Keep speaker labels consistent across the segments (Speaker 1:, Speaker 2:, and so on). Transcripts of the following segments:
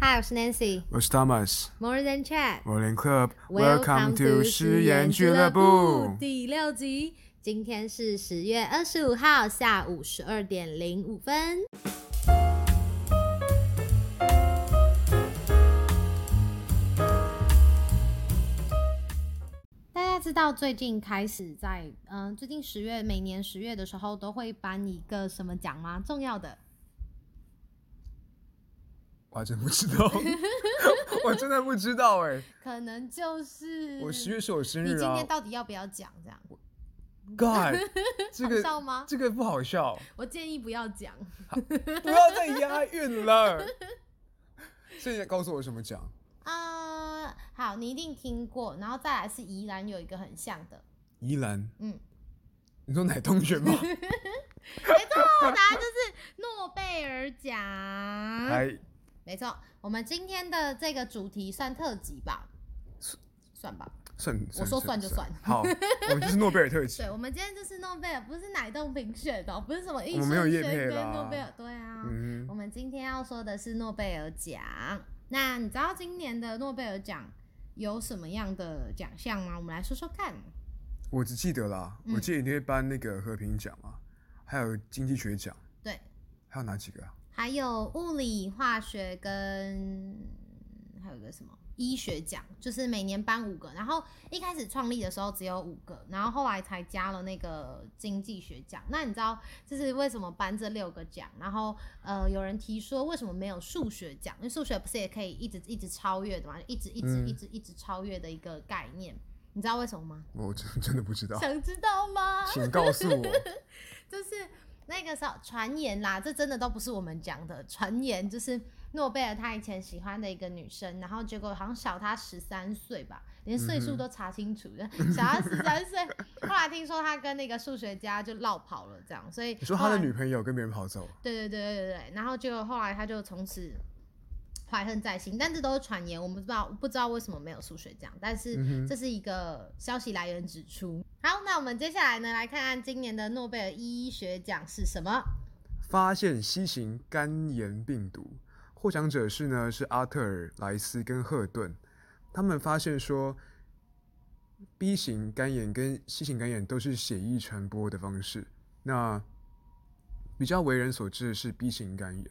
Speaker 1: 嗨，我是 Nancy。
Speaker 2: 我是 Thomas，
Speaker 1: More than chat。
Speaker 2: 我连 Club。Welcome to
Speaker 1: 食
Speaker 2: 食
Speaker 1: 言
Speaker 2: 言俱乐部。
Speaker 1: 第六集。今天是十月二十五号下午十二点零五分。大家知道最近开始在嗯、最近十月每年十月的时候都会颁一个什么奖吗？重要的
Speaker 2: 我还真不知道， 我真的不知道哎、
Speaker 1: 可能就是
Speaker 2: 我十月是我生
Speaker 1: 嗯你
Speaker 2: 日
Speaker 1: 今
Speaker 2: 啊
Speaker 1: 天到底要不要讲？这样
Speaker 2: ！God，这
Speaker 1: 好
Speaker 2: 个
Speaker 1: 笑吗？
Speaker 2: 这个不 好笑，
Speaker 1: 我建议不要 讲。
Speaker 2: 不要再押韵了。所以你告诉我什么奖？
Speaker 1: 啊、好，你一定听过，然后再来是宜兰有一个很像的，
Speaker 2: 宜兰，
Speaker 1: 嗯，
Speaker 2: 你说奶同学 吗？
Speaker 1: 没错，答案就是诺贝尔奖。
Speaker 2: 还
Speaker 1: 没错，我们今天的这个主题算特辑吧，算吧。
Speaker 2: 算，
Speaker 1: 我说算就算
Speaker 2: 好，我们就是诺贝 尔特辑。
Speaker 1: 对，我们今天就是诺贝尔，不是奶冻评选哦，不是什么医
Speaker 2: 我
Speaker 1: 生
Speaker 2: 们没有业
Speaker 1: 学
Speaker 2: 配
Speaker 1: 跟
Speaker 2: 啦
Speaker 1: 诺贝尔，对啊。
Speaker 2: 嗯
Speaker 1: 我，们今天要说的是诺贝尔奖。那你知道今年的诺贝尔奖有什么样的奖项吗？我们来说说看。
Speaker 2: 我只记得啦，
Speaker 1: 嗯
Speaker 2: 我记得你那天颁那个和平奖啊，还有经济学奖，
Speaker 1: 对，
Speaker 2: 还有哪几个啊？
Speaker 1: 还有物理、化学跟还有一个什么医学奖，就是每年颁五个。然后一开始创立的时候只有五个，然后后来才加了那个经济学奖。那你知道这是为什么颁这六个奖？然后呃，有人提说为什么没有数学奖？因为数学不是也可以一直一直超越的嘛，一直一直
Speaker 2: 嗯
Speaker 1: 一直一直超越的一个概念。你知道为什么吗？
Speaker 2: 我真真的不知道，
Speaker 1: 想知道吗？
Speaker 2: 请告诉我。
Speaker 1: 就是那个时候传言啦，这真的都不是我们讲的传言，就是诺贝尔他以前喜欢的一个女生，然后结果好像小他十三岁吧，连岁
Speaker 2: 嗯
Speaker 1: 数都查清楚，小他十三岁。 后来听说他跟那个数学家就落跑了，这样，所以
Speaker 2: 你说他的
Speaker 1: 后来
Speaker 2: 女朋友跟别人跑走，
Speaker 1: 对对对对对对，然后就后来他就从此怀恨在心，但这都是传言，我们不知道不知道为什么没有数学奖，但
Speaker 2: 嗯
Speaker 1: 是
Speaker 2: 哼
Speaker 1: 这是一个消息来源指出。好，那我们接下来呢，来看看今年的诺贝尔医学奖是什么？
Speaker 2: 发现新型肝炎病毒，获奖者是呢是阿特尔莱斯跟赫顿，他们发现说，B 型肝炎跟 C 型肝炎都是血液传播的方式，那比较为人所知的是 B 型肝炎，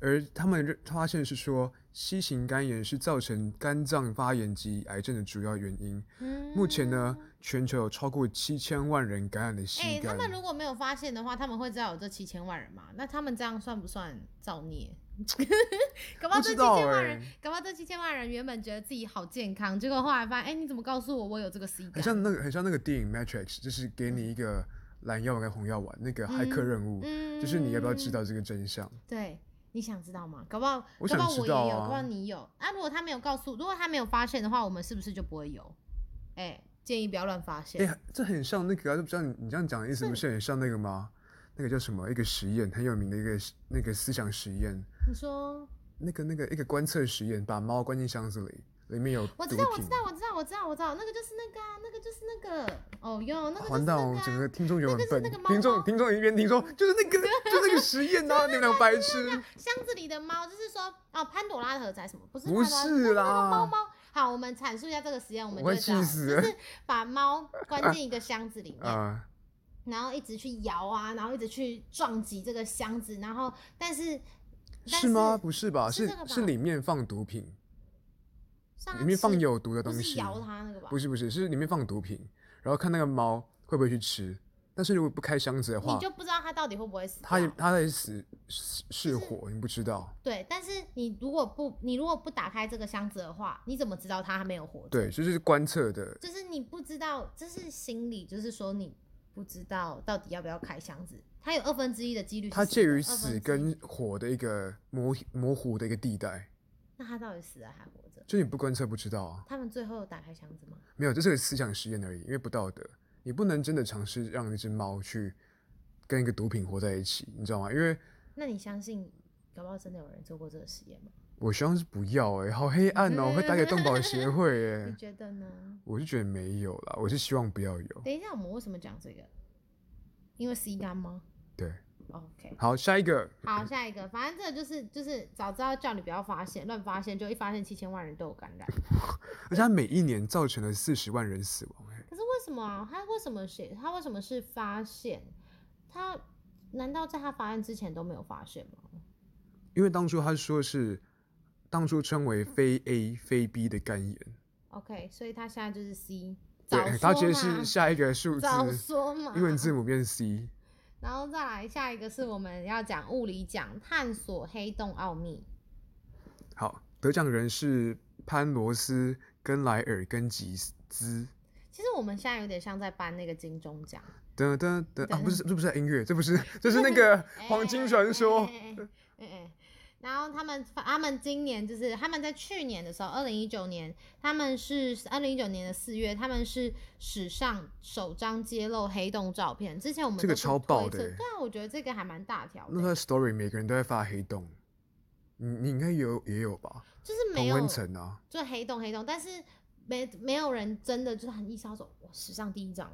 Speaker 2: 而他们认发现是说 C 型肝炎是造成肝脏发炎及癌症的主要原因。
Speaker 1: 嗯，
Speaker 2: 目前呢，全球有超过七千万人感染了
Speaker 1: 哎、
Speaker 2: 乙
Speaker 1: 他
Speaker 2: 肝。
Speaker 1: 们如果没有发现的话，他们会知道有这七千万人嘛？那他们这样算不算造孽？ 搞不好
Speaker 2: 不
Speaker 1: 这
Speaker 2: 知
Speaker 1: 七
Speaker 2: 道
Speaker 1: 千万
Speaker 2: 哎
Speaker 1: 人，搞不好这七千万人原本觉得自己好健康，结果后来发现，哎、你怎么告诉我我有这个 C
Speaker 2: 很
Speaker 1: 感？
Speaker 2: 像那个，很像那个电影《Matrix》，就是给你一个蓝药丸跟红药丸那个骇客任务，
Speaker 1: 嗯
Speaker 2: 就是你要不要知道这个真相？
Speaker 1: 对，你想知道吗？搞不好，搞
Speaker 2: 我
Speaker 1: 不
Speaker 2: 想
Speaker 1: 好
Speaker 2: 知
Speaker 1: 我也有，
Speaker 2: 道
Speaker 1: 搞不好
Speaker 2: 啊
Speaker 1: 你有。啊，如果他没有告诉，如果他没有发现的话，我们是不是就不会有？哎、建议不要乱发
Speaker 2: 哎、
Speaker 1: 现。
Speaker 2: 这很像那个啊，这不像你你这样讲的意思，不是很像那个吗？那个叫什么？一个实验很有名的一个实那个思想实验，
Speaker 1: 你说，
Speaker 2: 那个那个一个观测实验，把猫关进箱子里，里面有
Speaker 1: 我
Speaker 2: 毒
Speaker 1: 知
Speaker 2: 品
Speaker 1: 道，。我知道，我知道，我知道，我知道，那个就是那个、啊，那个就是那个，哦哟，那个就是
Speaker 2: 完
Speaker 1: 那
Speaker 2: 蛋
Speaker 1: 个、啊
Speaker 2: 哦！整个听众有
Speaker 1: 那
Speaker 2: 很
Speaker 1: 个是
Speaker 2: 笨
Speaker 1: 那个，猫
Speaker 2: 听
Speaker 1: 猫
Speaker 2: 众听众一边 听说就是那个就那个实验啊，你们俩白痴。
Speaker 1: 箱子里的猫，就是说，哦，潘朵拉的盒子还是什么？不是潘
Speaker 2: 不
Speaker 1: 朵拉，那
Speaker 2: 是
Speaker 1: 个猫
Speaker 2: 啦，
Speaker 1: 猫。好，我们阐述一下这个实验，我们就
Speaker 2: 我会
Speaker 1: 会知道
Speaker 2: 气
Speaker 1: 了，
Speaker 2: 死
Speaker 1: 就是把猫关进一个箱子 里面，
Speaker 2: 啊！
Speaker 1: 然后一直去摇啊，然后一直去撞击这个箱子，然后但是但
Speaker 2: 是吗？不是吧？
Speaker 1: 是
Speaker 2: 是
Speaker 1: 这个吧
Speaker 2: 是里面放毒品，
Speaker 1: 上
Speaker 2: 里面放有毒的
Speaker 1: 不
Speaker 2: 东
Speaker 1: 是
Speaker 2: 西。
Speaker 1: 摇它那个吧？
Speaker 2: 不是不是，是里面放毒品，然后看那个猫会不会去吃。但是如果不开箱子的话
Speaker 1: 你，就不知道它到底会不会死掉。
Speaker 2: 它也它在死是是
Speaker 1: 就是
Speaker 2: 火，你不知道。
Speaker 1: 对，但是你如果不你如果不打开这个箱子的话，你怎么知道它还没有活着？
Speaker 2: 对，就是观测的，
Speaker 1: 就是你不知道，这是心理，就是说你不知道到底要不要开箱子，它有二分之一的几率是死的。
Speaker 2: 它介于
Speaker 1: 2分之
Speaker 2: 死
Speaker 1: 一
Speaker 2: 跟火的一个模模糊的一个地带，
Speaker 1: 那它到底死了还活着？
Speaker 2: 就你不观测不知道啊。
Speaker 1: 他们最后有打开箱子吗？
Speaker 2: 没有，这是个思想实验而已，因为不道德，你不能真的尝试让一只猫去跟一个毒品活在一起，你知道吗？因为
Speaker 1: 那你相信，搞不好真的有人做过这个实验吗？
Speaker 2: 我希望是不要哎、好黑暗哦、我会打给动保协会哎、
Speaker 1: 你觉得呢？
Speaker 2: 我是觉得没有啦，我是希望不要有。
Speaker 1: 等一下，我们为什么讲这个？因为 C 肝吗？
Speaker 2: 对，
Speaker 1: OK，
Speaker 2: 好，下一个，
Speaker 1: 好，下一个，反正这个就是就是早知道叫你不要发现，乱发现就一发现七千万人都有感染。
Speaker 2: 而且它每一年造成了四十万人死亡、欸，
Speaker 1: 可是为什么啊？他为什么写？他为什么是发现？他难道在他发现之前都没有发现吗？
Speaker 2: 因为当初他说是当初称为非 A 非 B 的肝炎，
Speaker 1: OK，所以他现在就是 C。早
Speaker 2: 对，欸他
Speaker 1: 说
Speaker 2: 其实
Speaker 1: 嘛
Speaker 2: 是下一个数字，
Speaker 1: 早说嘛，
Speaker 2: 英文字母变 C。
Speaker 1: 然后再来下一个是我们要讲物理奖，探索黑洞奥秘。
Speaker 2: 好，得奖人是潘罗斯、跟莱尔、跟吉兹。
Speaker 1: 其实我们现在有点像在颁那个金钟奖，
Speaker 2: 噔噔噔
Speaker 1: 对
Speaker 2: 啊！不是，这不是音乐，这不是，这是那 个黄金传说。
Speaker 1: 哎哎哎哎哎哎然后他们他们今年就是他们在去年的时候，二零一九年，他们是二零一九年的四月，他们是史上首张揭露黑洞照片。之前我们
Speaker 2: 这个
Speaker 1: 都是
Speaker 2: 超爆
Speaker 1: 推
Speaker 2: 的
Speaker 1: 测
Speaker 2: 欸
Speaker 1: 对啊，我觉得这个还蛮大条的
Speaker 2: 那
Speaker 1: 欸，
Speaker 2: 他 story 每个人都在发黑洞，你你应该也有也有吧？
Speaker 1: 就是没
Speaker 2: 同
Speaker 1: 有
Speaker 2: 温层啊，
Speaker 1: 就黑洞黑洞，但是没没有人真的就是很意识到说，哇，史上第一张，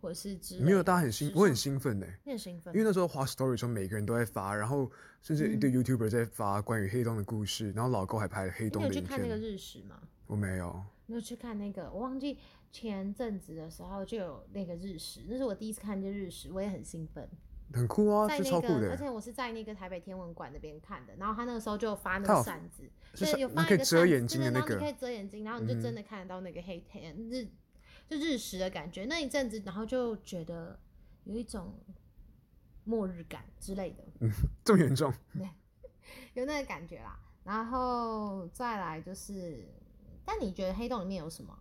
Speaker 1: 或者是之类的
Speaker 2: 没有，大家很兴，
Speaker 1: 史
Speaker 2: 我很
Speaker 1: 上
Speaker 2: 兴奋呢、欸
Speaker 1: 你很兴奋，
Speaker 2: 因为那时候滑 story 的时候，每个人都在发，然后甚
Speaker 1: 嗯
Speaker 2: 至一堆 YouTuber 在发关于黑洞的故事，然后老高还拍了黑
Speaker 1: 你
Speaker 2: 洞
Speaker 1: 有
Speaker 2: 的
Speaker 1: 去
Speaker 2: 影
Speaker 1: 看那个
Speaker 2: 片。
Speaker 1: 日食吗？
Speaker 2: 我没有，
Speaker 1: 你有去看那个？我忘记前阵子的时候就有那个日食，那是我第一次看见日食，我也很兴奋，
Speaker 2: 很酷啊，
Speaker 1: 在
Speaker 2: 这
Speaker 1: 那
Speaker 2: 超酷
Speaker 1: 个，而
Speaker 2: 的。
Speaker 1: 且我是在那个台北天文馆那边看的，然后他那个时候就有发那
Speaker 2: 他有
Speaker 1: 个扇子，
Speaker 2: 是
Speaker 1: 对，
Speaker 2: 扇
Speaker 1: 有
Speaker 2: 那
Speaker 1: 发
Speaker 2: 可以
Speaker 1: 一个
Speaker 2: 遮
Speaker 1: 扇
Speaker 2: 眼
Speaker 1: 子
Speaker 2: 睛
Speaker 1: 对
Speaker 2: 的那
Speaker 1: 然后你
Speaker 2: 个嗯
Speaker 1: 可以遮眼睛，然后你就真的看得到那个黑黑日，就日食的感觉。那一阵子，然后就觉得有一种末日感之类的，
Speaker 2: 嗯这么严重？
Speaker 1: 有那个感觉啦。然后再来就是，但你觉得黑洞里面有什么？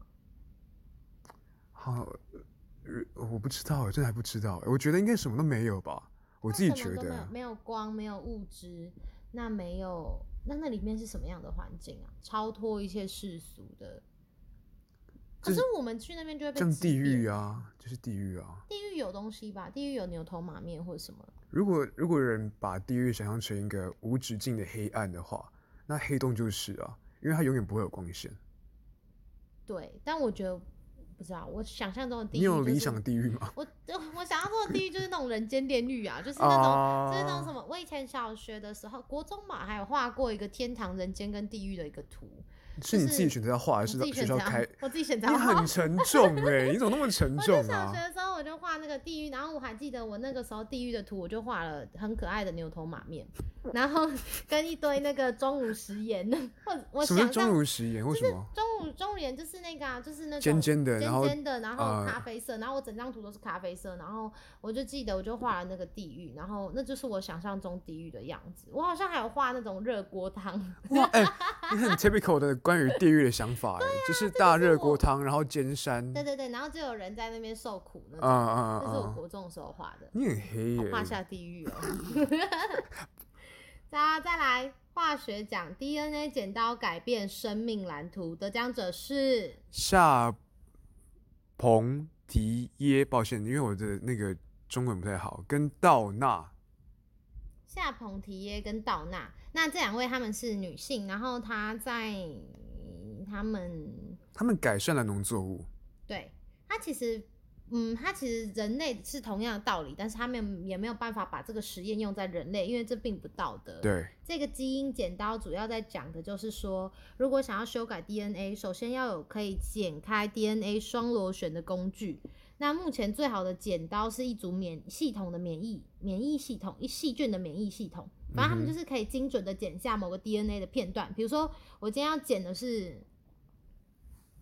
Speaker 2: 好，呃我不知道，真的还不知道。我觉得应该什么都没有吧，我
Speaker 1: 那
Speaker 2: 自己
Speaker 1: 什
Speaker 2: 觉
Speaker 1: 么都没有
Speaker 2: 得。
Speaker 1: 没有光，没有物质，那没有，那那里面是什么样的环境啊？超脱一切世俗的。可
Speaker 2: 这
Speaker 1: 是我们去那边就会被
Speaker 2: 像
Speaker 1: 指
Speaker 2: 地狱
Speaker 1: 点，
Speaker 2: 啊，就是地狱啊。
Speaker 1: 地狱有东西吧？地狱有牛头马面或者什么？
Speaker 2: 如果如果有人把地狱想象成一个无止境的黑暗的话，那黑洞就是啊，因为它永远不会有光线。
Speaker 1: 对，但我觉得不知道，我想象中的地
Speaker 2: 你
Speaker 1: 狱、就是、
Speaker 2: 有理想的地狱吗？
Speaker 1: 我 就我想象中的地狱就是那种人间炼狱啊，就是那种、就是那
Speaker 2: 啊
Speaker 1: 种什么。我以前小学的时候，国中嘛，还有画过一个天堂、人间跟地狱的一个图。
Speaker 2: 是你自己选择要画，还
Speaker 1: 我
Speaker 2: 啊是
Speaker 1: 自己
Speaker 2: 学
Speaker 1: 选
Speaker 2: 校
Speaker 1: 择
Speaker 2: 开
Speaker 1: 要？，我自己选
Speaker 2: 你
Speaker 1: 择要画
Speaker 2: 很沉重哎、你怎么那么沉
Speaker 1: 我
Speaker 2: 重
Speaker 1: 在小
Speaker 2: 啊
Speaker 1: 学？的时候我就画那个地狱，然后我还记得我那个时候地狱的图，我就画了很可爱的牛头马面，然后 跟一堆那个钟乳石岩，或者我
Speaker 2: 什么是
Speaker 1: 想
Speaker 2: 钟
Speaker 1: 象
Speaker 2: 乳石岩？为什么？
Speaker 1: 钟乳钟乳岩就是那个、啊，就是那种
Speaker 2: 尖尖的，然
Speaker 1: 尖
Speaker 2: 后
Speaker 1: 尖的，然后
Speaker 2: 呃
Speaker 1: 咖啡色，然后我整张图都是咖啡色，然后我就记得我就画了那个地狱，然后那就是我想象中地狱的样子。我好像还有画那种热锅汤，
Speaker 2: 哇，哎、你很 typical 的关于地狱的想法哎、就是
Speaker 1: 啊
Speaker 2: 大热锅汤，然后尖山，
Speaker 1: 对对对，然后就有人在那边受苦那
Speaker 2: 啊
Speaker 1: 种，
Speaker 2: 啊
Speaker 1: 那是我
Speaker 2: 啊！
Speaker 1: 国中的时候画的。
Speaker 2: 你很黑耶、
Speaker 1: 哦画下地狱哦。 再再来，化学奖 DNA 剪刀改变生命蓝图，得奖者是
Speaker 2: 夏彭迪耶，抱歉，因为我的那个中文不太好，跟道纳。
Speaker 1: 夏鹏提耶跟道娜。那这两位她们是女性，然后她在她们
Speaker 2: 他们改善了农作物，
Speaker 1: 对她其实。嗯，她其实人类是同样的道理，但是他们也没有办法把这个实验用在人类，因为这并不道德。
Speaker 2: 对，
Speaker 1: 这个基因剪刀主要在讲的就是说，如果想要修改 DNA，首先要有可以剪开 DNA 双螺旋的工具。那目前最好的剪刀是一组免系统的免疫免疫系统，一细菌的免疫系统。反正他们
Speaker 2: 嗯哼
Speaker 1: 就是可以精准的剪下某个 DNA 的片段。比如说，我今天要剪的是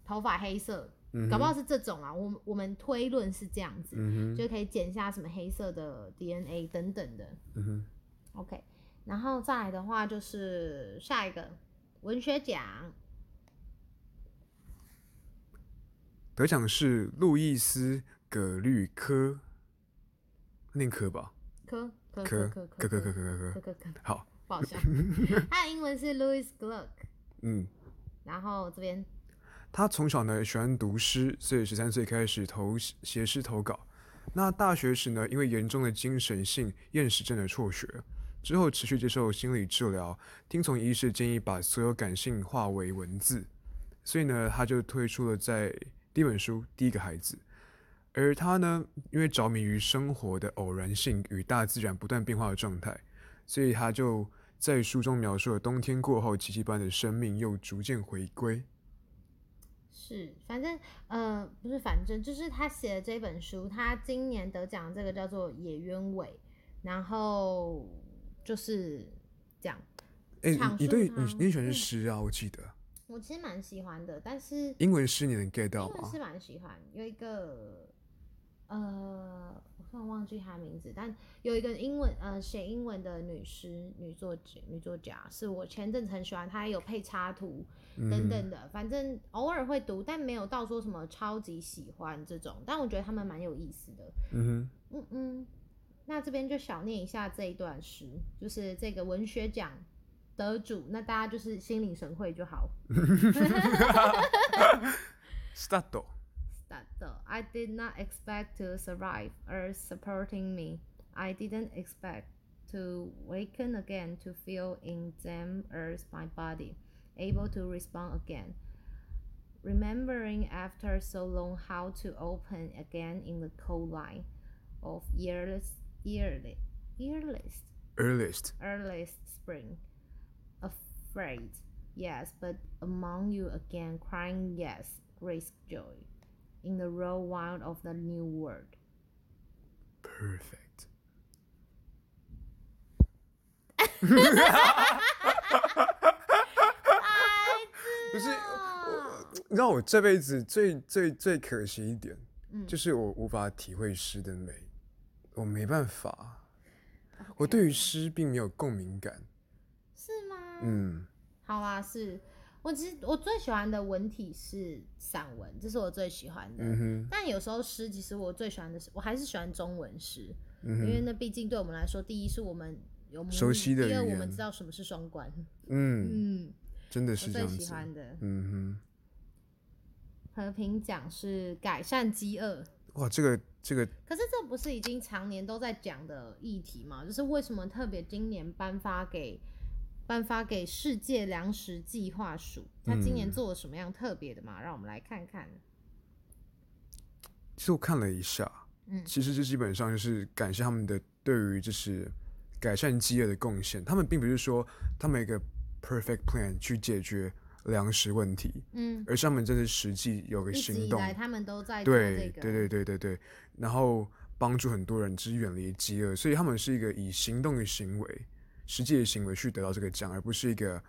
Speaker 1: 头发黑色，
Speaker 2: 嗯
Speaker 1: 搞不好
Speaker 2: 哼，
Speaker 1: 是这种啊。我们我们推论是这样子，
Speaker 2: 嗯哼，
Speaker 1: 就可以剪下什么黑色的 DNA 等等的。
Speaker 2: 嗯哼，
Speaker 1: OK，然后再来的话就是下一个文学奖，
Speaker 2: 得奖是路易斯·葛律科，念科吧，
Speaker 1: 科科
Speaker 2: 科，
Speaker 1: 科
Speaker 2: 嗯科
Speaker 1: 科
Speaker 2: 科科科科
Speaker 1: 科
Speaker 2: 科，
Speaker 1: 科科，
Speaker 2: 好，
Speaker 1: 不好笑。 他的英文是 Louis Gluck，
Speaker 2: 嗯，
Speaker 1: 然后这边
Speaker 2: 他从小呢喜欢读诗，所以十三岁开始投写诗投稿。那大学时呢，因为严重的精神性厌食症的辍学，之后持续接受心理治疗，听从医师建议把所有感性化为文字，所以呢，他就推出了在第一本书《第一个孩子》。而他呢，因为着迷于生活的偶然性与大自然不断变化的状态，所以他就在书中描述了冬天过后，奇迹般的生命又逐渐回归。
Speaker 1: 是，反正呃，不是，反正就是他写的这本书，他今年得奖的这个叫做《野鸢尾》，然后就是这样。
Speaker 2: 哎、
Speaker 1: 阐
Speaker 2: 你你
Speaker 1: 述
Speaker 2: 对
Speaker 1: 它
Speaker 2: 你你喜欢
Speaker 1: 嗯
Speaker 2: 是诗啊？我记得
Speaker 1: 我其实蛮喜欢的，但是
Speaker 2: 英文诗你能 get
Speaker 1: 英
Speaker 2: 到
Speaker 1: 文
Speaker 2: 吗
Speaker 1: 是？蛮喜欢，有一个呃，我突然忘记她名字，但有一个英文呃写英文的女诗、女作者、女作家，是我前阵子很喜欢，她也有配插图
Speaker 2: 嗯
Speaker 1: 等等的，反正偶尔会读，但没有到说什么超级喜欢这种，但我觉得他们蛮有意思的。
Speaker 2: 嗯哼，
Speaker 1: 嗯嗯，那这边就小念一下这一段诗，就是这个文学奖得主，那大家就是心领神会就好。
Speaker 2: start
Speaker 1: that though. I did not expect to survive or supporting me. I didn't expect to waken again to feel in them as my body, able to respond again. Remembering after so long how to open again in the cold line of yearless, yearly, yearless
Speaker 2: earliest，
Speaker 1: earliest spring. Afraid, yes, but among you again, crying yes, grace joy, in the raw wild of the new world.
Speaker 2: perfect。不是，
Speaker 1: 哦
Speaker 2: 我你知道我这辈子最最最可惜一点，
Speaker 1: 嗯
Speaker 2: 就是我无法体会诗的美，我没办法，我对于诗并没有共鸣感。
Speaker 1: 是吗？
Speaker 2: 嗯，
Speaker 1: 好啦，是我其实我最喜欢的文体是散文，这是我最喜欢的。
Speaker 2: 嗯哼，
Speaker 1: 但有时候诗，其实我最喜欢的是，我还是喜欢中文诗，
Speaker 2: 嗯
Speaker 1: 因为
Speaker 2: 哼，
Speaker 1: 那毕竟对我们来说，第一是我们有母
Speaker 2: 熟
Speaker 1: 语
Speaker 2: 悉的
Speaker 1: 第二
Speaker 2: 语
Speaker 1: 我
Speaker 2: 言
Speaker 1: 们知道什么是双关。
Speaker 2: 嗯，
Speaker 1: 嗯，
Speaker 2: 真的
Speaker 1: 我
Speaker 2: 是这
Speaker 1: 最
Speaker 2: 样子。
Speaker 1: 喜欢的。
Speaker 2: 嗯
Speaker 1: 和平奖是改善饥饿，
Speaker 2: 哼，哇，这个这个
Speaker 1: 可是这不是已经常年都在讲的议题吗？就是为什么特别今年颁发给颁发给世界粮食计划署，它今年
Speaker 2: 嗯
Speaker 1: 做了什么样特别的嘛？让我们来看看。
Speaker 2: 其实我看了一下，
Speaker 1: 嗯
Speaker 2: 其实这基本上就是感谢他们的对于就是改善饥饿的贡献。他们并不是说他们有一个 perfect plan 去解决粮食问题，
Speaker 1: 嗯，
Speaker 2: 而是他们真的实际有个
Speaker 1: 一直
Speaker 2: 行
Speaker 1: 以
Speaker 2: 动。
Speaker 1: 来他们都在做这
Speaker 2: 对
Speaker 1: 个。
Speaker 2: 对对对对对，然后帮助很多人就是远离饥饿，所以他们是一个以行动与行为、实际的行为去得到这个奖，而不是一个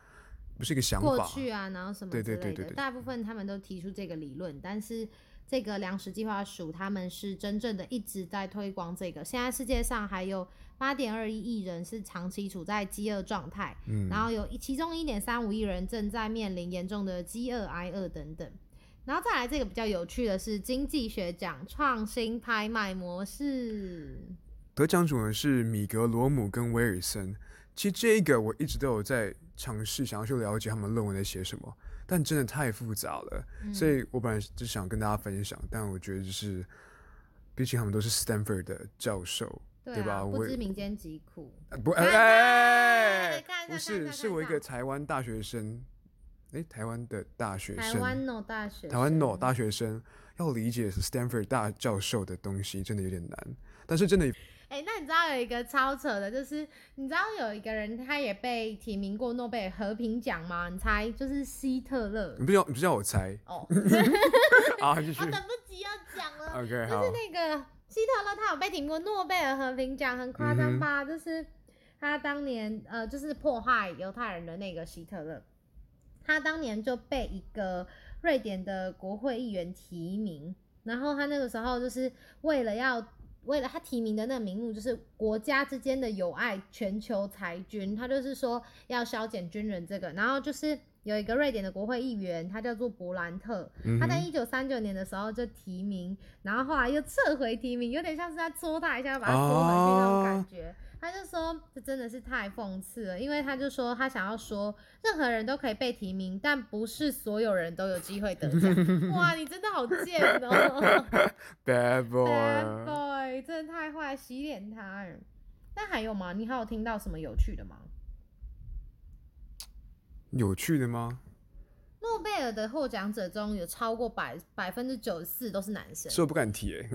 Speaker 2: 不是一个想
Speaker 1: 过
Speaker 2: 法。
Speaker 1: 去啊，然后什么之
Speaker 2: 对
Speaker 1: 类的，
Speaker 2: 对对对对
Speaker 1: 大部分他们都提出这个理论，但是这个粮食计划署他们是真正的一直在推广这个。现在世界上还有八点二一亿人是长期处在饥饿状态，
Speaker 2: 嗯，
Speaker 1: 然后有一其中一点三五亿人正在面临严重的饥饿、挨饿等等。然后再来这个比较有趣的是经济学奖创新拍卖模式，
Speaker 2: 得奖主呢是米格罗姆跟威尔森。其实这一个我一直都有在尝试想要去了解他们论文在写什么，但真的太复杂了，
Speaker 1: 嗯
Speaker 2: 所以我本来就想跟大家分享，但我觉得就是，毕竟他们都是 Stanford 的教授，
Speaker 1: 对
Speaker 2: 对
Speaker 1: 啊，
Speaker 2: 吧
Speaker 1: 不
Speaker 2: 我
Speaker 1: 知民间疾苦，
Speaker 2: 呃不，
Speaker 1: 看
Speaker 2: 哎
Speaker 1: 看
Speaker 2: 哎，哎
Speaker 1: 看看
Speaker 2: 不
Speaker 1: 看
Speaker 2: 是，
Speaker 1: 看
Speaker 2: 是我一
Speaker 1: 看
Speaker 2: 个台湾大学生，哎，台湾的大学
Speaker 1: 台
Speaker 2: 生，
Speaker 1: 湾 no 大学生，
Speaker 2: 台湾 no 大学生要理解 Stanford 大教授的东西，真的有点难，但是真的
Speaker 1: 哎、那你知道有一个超扯的，就是你知道有一个人他也被提名过诺贝尔和平奖吗？你猜，就是希特勒
Speaker 2: 你不要你不要我猜
Speaker 1: 哦，
Speaker 2: 啊，继续
Speaker 1: 我等不及要讲了，
Speaker 2: ，OK，
Speaker 1: 就
Speaker 2: 好
Speaker 1: 是，那个希特勒他有被提名过诺贝尔和平奖，很夸张吧？就是他当年呃，就是迫害犹太人的那个希特勒，他当年就被一个瑞典的国会议员提名，然后他那个时候就是为了要为了他提名的那个名目就是国家之间的友爱，全球裁军，他就是说要削减军人这个，然后就是有一个瑞典的国会议员，他叫做勃兰特，
Speaker 2: 嗯
Speaker 1: 他在一九三九年的时候就提名，然后后来又撤回提名，有点像是在戳他一下，把他戳回去那种感觉。他就说，这真的是太讽刺了，因为他就说他想要说，任何人都可以被提名，但不是所有人都有机会得奖。哇，你真的好贱哦！
Speaker 2: Bad
Speaker 1: Bad
Speaker 2: boy，
Speaker 1: boy，真的太坏，洗脸他哎。那还有吗？你还有听到什么有趣的吗？
Speaker 2: 有趣的吗？
Speaker 1: 诺贝尔届的获奖者中有超过百百分之九十四都是男生，
Speaker 2: 所以我不敢提、欸。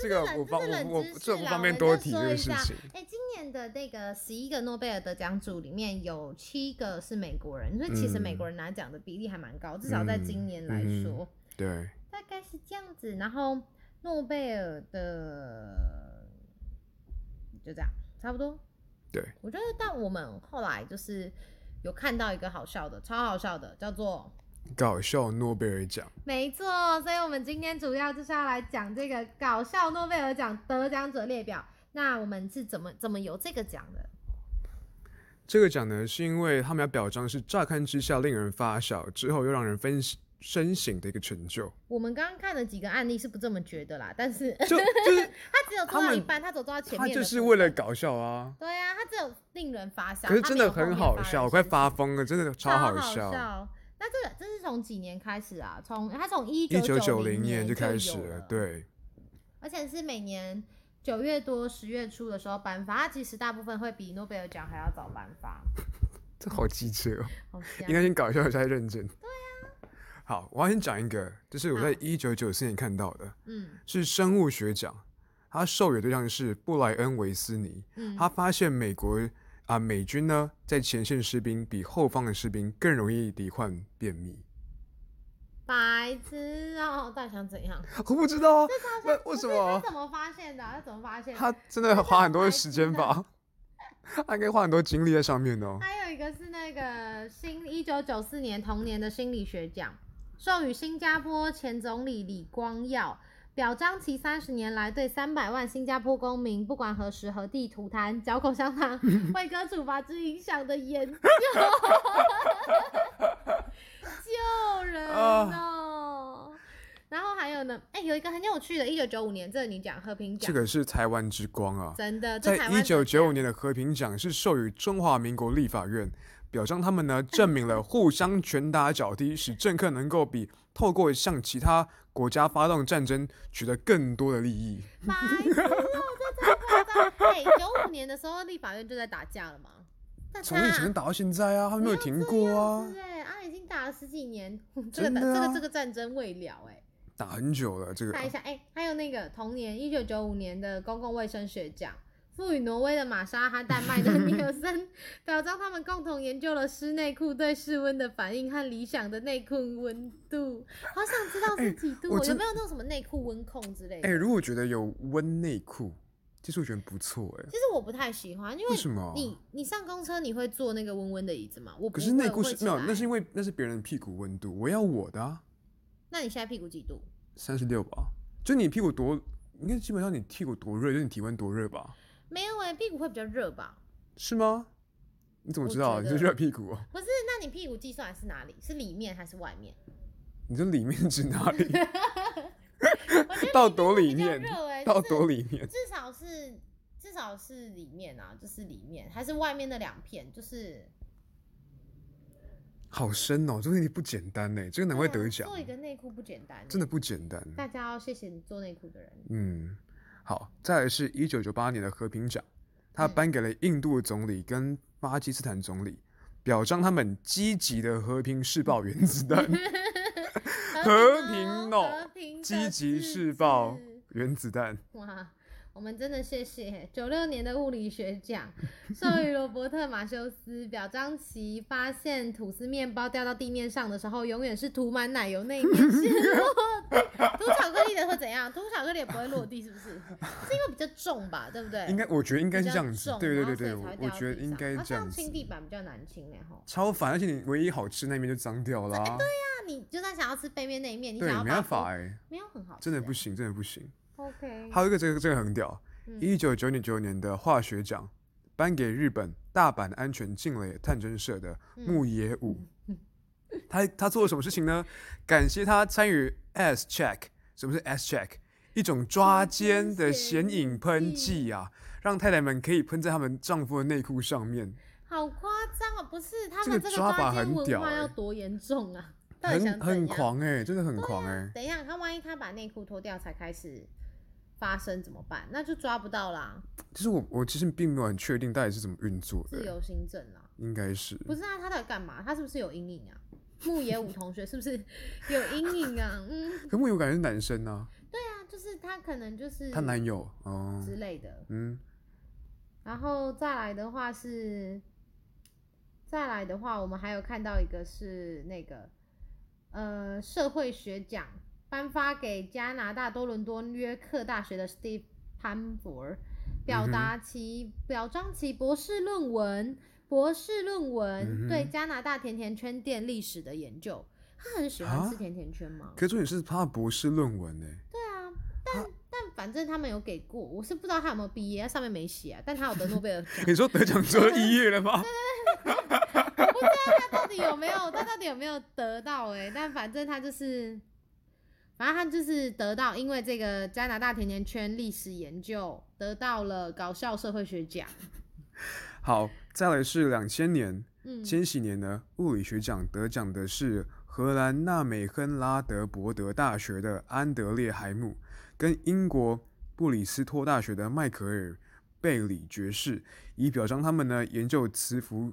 Speaker 2: 这个我方
Speaker 1: 这是冷
Speaker 2: 我我
Speaker 1: 知识
Speaker 2: 这我不
Speaker 1: 啦我
Speaker 2: 方便
Speaker 1: 们
Speaker 2: 多
Speaker 1: 就
Speaker 2: 提
Speaker 1: 说
Speaker 2: 这个
Speaker 1: 一
Speaker 2: 事
Speaker 1: 下
Speaker 2: 情。
Speaker 1: 哎、今年的那个十一个诺贝尔得奖组里面有七个是美国人，所以其实美
Speaker 2: 嗯
Speaker 1: 国人拿奖的比例还蛮高，至少在今年来
Speaker 2: 嗯嗯
Speaker 1: 说，
Speaker 2: 对，
Speaker 1: 大概是这样子。然后诺贝尔的就这样，差不多。
Speaker 2: 对，
Speaker 1: 我觉得，但我们后来就是有看到一个好笑的，超好笑的，叫做
Speaker 2: 搞笑诺贝尔奖，
Speaker 1: 没错，所以我们今天主要就是要来讲这个搞笑诺贝尔奖得奖者列表。那我们是怎么怎么有这个奖的？
Speaker 2: 这个奖呢，是因为他们要表彰是乍看之下令人发笑，之后又让人分深省的一个成就。
Speaker 1: 我们刚刚看了几个案例是不这么觉得啦，但是
Speaker 2: 就就是
Speaker 1: 他只有做
Speaker 2: 他
Speaker 1: 到
Speaker 2: 们
Speaker 1: 一半，他走到前
Speaker 2: 他
Speaker 1: 面，
Speaker 2: 就是为了。搞笑啊，
Speaker 1: 对啊，他只有令人发笑，
Speaker 2: 可是
Speaker 1: 他
Speaker 2: 真
Speaker 1: 没有
Speaker 2: 的
Speaker 1: 后
Speaker 2: 很
Speaker 1: 面
Speaker 2: 好
Speaker 1: 发人
Speaker 2: 笑，我
Speaker 1: 深
Speaker 2: 快
Speaker 1: 省
Speaker 2: 发疯了，真的
Speaker 1: 超
Speaker 2: 好
Speaker 1: 笑。那这个这是从几年开始啊？从他从一
Speaker 2: 一九九
Speaker 1: 九
Speaker 2: 零
Speaker 1: 年
Speaker 2: 就开
Speaker 1: 有
Speaker 2: 始
Speaker 1: 了，，
Speaker 2: 对，
Speaker 1: 而且是每年九月多十月初的时候颁发，它其实大部分会比诺贝尔奖还要早颁发，
Speaker 2: 这好机车
Speaker 1: 好
Speaker 2: 哦。应
Speaker 1: 香。
Speaker 2: 该先搞笑再认真。对呀、好，我要先讲一个，这是我在
Speaker 1: 啊好
Speaker 2: 一九九四年看到的，
Speaker 1: 嗯
Speaker 2: 是生物学奖，它授予对象是布莱恩·维斯尼。
Speaker 1: 嗯，
Speaker 2: 他发现美国啊、美军呢，在前线士兵比后方的士兵更容易罹患便秘。
Speaker 1: 白痴哦，到底想怎 样？
Speaker 2: 我不知道啊，
Speaker 1: 这
Speaker 2: 那为什么
Speaker 1: 他怎么发现的啊、他怎么发现的？
Speaker 2: 他真的花很
Speaker 1: 啊
Speaker 2: 多时间
Speaker 1: 白
Speaker 2: 吧？ 他应该花很多精力在上 面哦。
Speaker 1: 还有一个是那个新一九九四年同年的心理学奖，授予新加坡前总理李光耀，表彰其三十年来对三百万新加坡公民，不管何时何地吐痰、嚼口香糖、为歌处罚之影响的研究。 救人哦！然后还有呢，哎、有一个很有趣的，一九九五年，这个你讲和平奖，
Speaker 2: 这个是台湾之光啊，
Speaker 1: 真的这
Speaker 2: 在
Speaker 1: 台
Speaker 2: 一
Speaker 1: 湾
Speaker 2: 九
Speaker 1: 得
Speaker 2: 九五
Speaker 1: 奖
Speaker 2: 年的和平奖是授予中华民国立法院，表彰他 们呢证明了互相拳打脚踢，使政客能够比透过向其他国家发动战争取得更多的利益。
Speaker 1: 白痴哦，这真的夸张！哎、九五年的时候，立法院就在打架了嘛。大
Speaker 2: 从以前打到现在啊，他们没有停过啊，
Speaker 1: 对啊，已经打了十几年， 这个
Speaker 2: 真
Speaker 1: 打、
Speaker 2: 的
Speaker 1: 这
Speaker 2: 啊
Speaker 1: 个这个战争未了哎、
Speaker 2: 打很久了。这个
Speaker 1: 看一下哎、还有那个同年一九九五年的公共卫生学奖。赋予挪威的玛莎和丹麦的 尼尔森，表彰他们共同研究了湿内裤对室温的反应和理想的内裤温度。好想知道
Speaker 2: 哎
Speaker 1: 是几度、
Speaker 2: 我
Speaker 1: 哦，有
Speaker 2: 真
Speaker 1: 没有那种什么内裤温控之类的？
Speaker 2: 哎、如果觉得有温内裤，其实我觉得不错哎、
Speaker 1: 其实我不太喜欢，因
Speaker 2: 为
Speaker 1: 为
Speaker 2: 什么
Speaker 1: 你你上公车你会坐那个温温的椅子吗？我不
Speaker 2: 哦可是内裤
Speaker 1: 会
Speaker 2: 是没有，那是因
Speaker 1: 为
Speaker 2: 为那是别人的屁股温度，我要我的啊，
Speaker 1: 那你现在屁股几度？
Speaker 2: 三十六吧。就你屁股多，应该基本上你屁股多热，就是你体温多热吧。
Speaker 1: 没有哎、屁股会比较热吧？
Speaker 2: 是吗？你怎么
Speaker 1: 我
Speaker 2: 知道
Speaker 1: 觉
Speaker 2: 啊？你是
Speaker 1: 得
Speaker 2: 热屁股、哦？
Speaker 1: 不是，那你屁股计算是哪里？是里面还是外面？
Speaker 2: 你这里面指哪 里？
Speaker 1: 我觉得
Speaker 2: 到
Speaker 1: 你屁
Speaker 2: 多
Speaker 1: 股
Speaker 2: 里
Speaker 1: 比较
Speaker 2: 面
Speaker 1: 热哎、
Speaker 2: 到
Speaker 1: 就是
Speaker 2: 多里面？
Speaker 1: 至少是至少是里面啊，就是里面还是外面那两片，就是
Speaker 2: 好深哦，这个问题不简单呢，这个难怪
Speaker 1: 对啊
Speaker 2: 得奖，
Speaker 1: 做一个内裤不简单欸、
Speaker 2: 真的不简单。
Speaker 1: 大家要谢谢你做内裤的人。
Speaker 2: 嗯，好，再来是一九九八年的和平奖，他
Speaker 1: 嗯
Speaker 2: 颁给了印度总理跟巴基斯坦总理，表彰他们积极的和平试爆原子 弹，和平
Speaker 1: 哦
Speaker 2: 哦
Speaker 1: 和平的
Speaker 2: 积极
Speaker 1: 自
Speaker 2: 试爆
Speaker 1: 治
Speaker 2: 原子弹。
Speaker 1: 哇，我们真的谢谢九六年的物理学奖授予罗伯特·马修斯，表彰其发现吐司面包掉到地面上的时候，永远是涂满奶油那一面 是落地，涂巧克力的会怎样？涂巧克力也不会落地，是 不是？是因为比较重吧，对不对？
Speaker 2: 应该，我觉得应
Speaker 1: 应
Speaker 2: 该是这样子。对对对对，我我觉得应该
Speaker 1: 好
Speaker 2: 这
Speaker 1: 像
Speaker 2: 样子
Speaker 1: 啊清。地板比较难清然后
Speaker 2: 超烦，而且你唯一好吃那面就脏掉啦、
Speaker 1: 那你就算想要吃背面那一面，你想
Speaker 2: 对，
Speaker 1: 要
Speaker 2: 没
Speaker 1: 把
Speaker 2: 办法
Speaker 1: 它
Speaker 2: 哎、
Speaker 1: 没有很好吃欸，
Speaker 2: 真的不行，真的不行。
Speaker 1: OK。
Speaker 2: 还有一个这个这个很屌，
Speaker 1: 嗯
Speaker 2: 一九九九年的化学奖颁给日本大阪安全近垒探针社的
Speaker 1: 嗯
Speaker 2: 木野 武，他他做了什么事情呢？感谢他参与 S check，什么是 S check？一种抓奸的显影喷剂啊，让太太们可以喷在他们丈夫的内裤上面，
Speaker 1: 好夸张啊！不是他
Speaker 2: 这
Speaker 1: 们
Speaker 2: 个
Speaker 1: 这个
Speaker 2: 抓法
Speaker 1: 奸
Speaker 2: 很
Speaker 1: 文
Speaker 2: 屌
Speaker 1: 化
Speaker 2: 欸
Speaker 1: 要多严重啊？到底
Speaker 2: 很
Speaker 1: 想
Speaker 2: 很
Speaker 1: 怎样？啊
Speaker 2: 狂哎、真的很狂哎、
Speaker 1: 等一下，他万一他把内裤脱掉才开始发生怎么办？那就抓不到啦，
Speaker 2: 其实我我其实并没有很确定到底是怎么运作的
Speaker 1: 自
Speaker 2: 欸，
Speaker 1: 由行政啦。
Speaker 2: 应该是
Speaker 1: 不是啊，他到底干嘛？他是不是有阴影啊？木野武同学是不是 有阴影啊？嗯，
Speaker 2: 可木有感觉是男生啊，
Speaker 1: 那就是他可能就是
Speaker 2: 她男友哦，
Speaker 1: 之类的。
Speaker 2: 嗯，
Speaker 1: 然后再来的话是，再来的话，我们还有看到一个是那个呃社会学奖颁发给加拿大多伦多约克大学的 Steve 潘博尔，
Speaker 2: 嗯
Speaker 1: 表达其、表彰其博士论文。博士论
Speaker 2: 嗯
Speaker 1: 文
Speaker 2: 哼
Speaker 1: 对加拿大甜甜圈店历史的研究，他很喜
Speaker 2: 啊
Speaker 1: 欢吃甜甜圈吗？
Speaker 2: 可重点是他的博士论文欸呢，
Speaker 1: 对啊，但但反正他们有给过，我是不知道他有没有毕业，他上面没写啊，但他有得诺贝尔奖。
Speaker 2: 你说得奖之后毕业了吗？
Speaker 1: 不知道他到底有没有，他到底有没有得到哎、但反正他就是，反正他就是得到，因为这个加拿大甜甜圈历史研究得到了搞笑社会学奖。
Speaker 2: 好，再来是两千年，
Speaker 1: 嗯，
Speaker 2: 千禧年呢，物理学奖得奖的是荷兰纳美亨拉德伯德大学的安德烈海姆，跟英国布里斯托大学的迈克尔贝里爵士，以表彰他们呢研究磁浮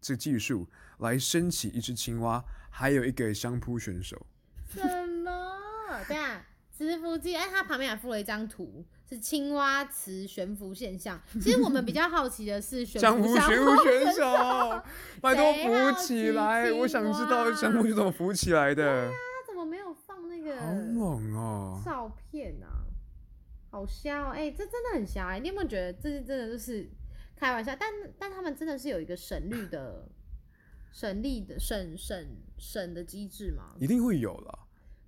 Speaker 2: 这技术来升起一只青蛙，还有一个相扑选手。
Speaker 1: 什么？对啊，磁浮机，哎，它旁边还附了一张图，是青蛙磁悬浮现象。其实我们比较好奇的是悬
Speaker 2: 相
Speaker 1: 浮
Speaker 2: 扑
Speaker 1: 相
Speaker 2: 选
Speaker 1: 扑
Speaker 2: 选手，拜托
Speaker 1: 谁好
Speaker 2: 浮
Speaker 1: 奇
Speaker 2: 起来！我
Speaker 1: 青
Speaker 2: 想知道
Speaker 1: 蛙
Speaker 2: 相扑是怎么浮起来的，
Speaker 1: 它怎么没有放那个
Speaker 2: 好猛哦！
Speaker 1: 照片啊，好瞎哦、哎、这真的很瞎、哎，你有没有觉得这是真的就是开玩笑？但但他们真的是有一个省律的省力的省省省的机制吗？
Speaker 2: 一定会有了。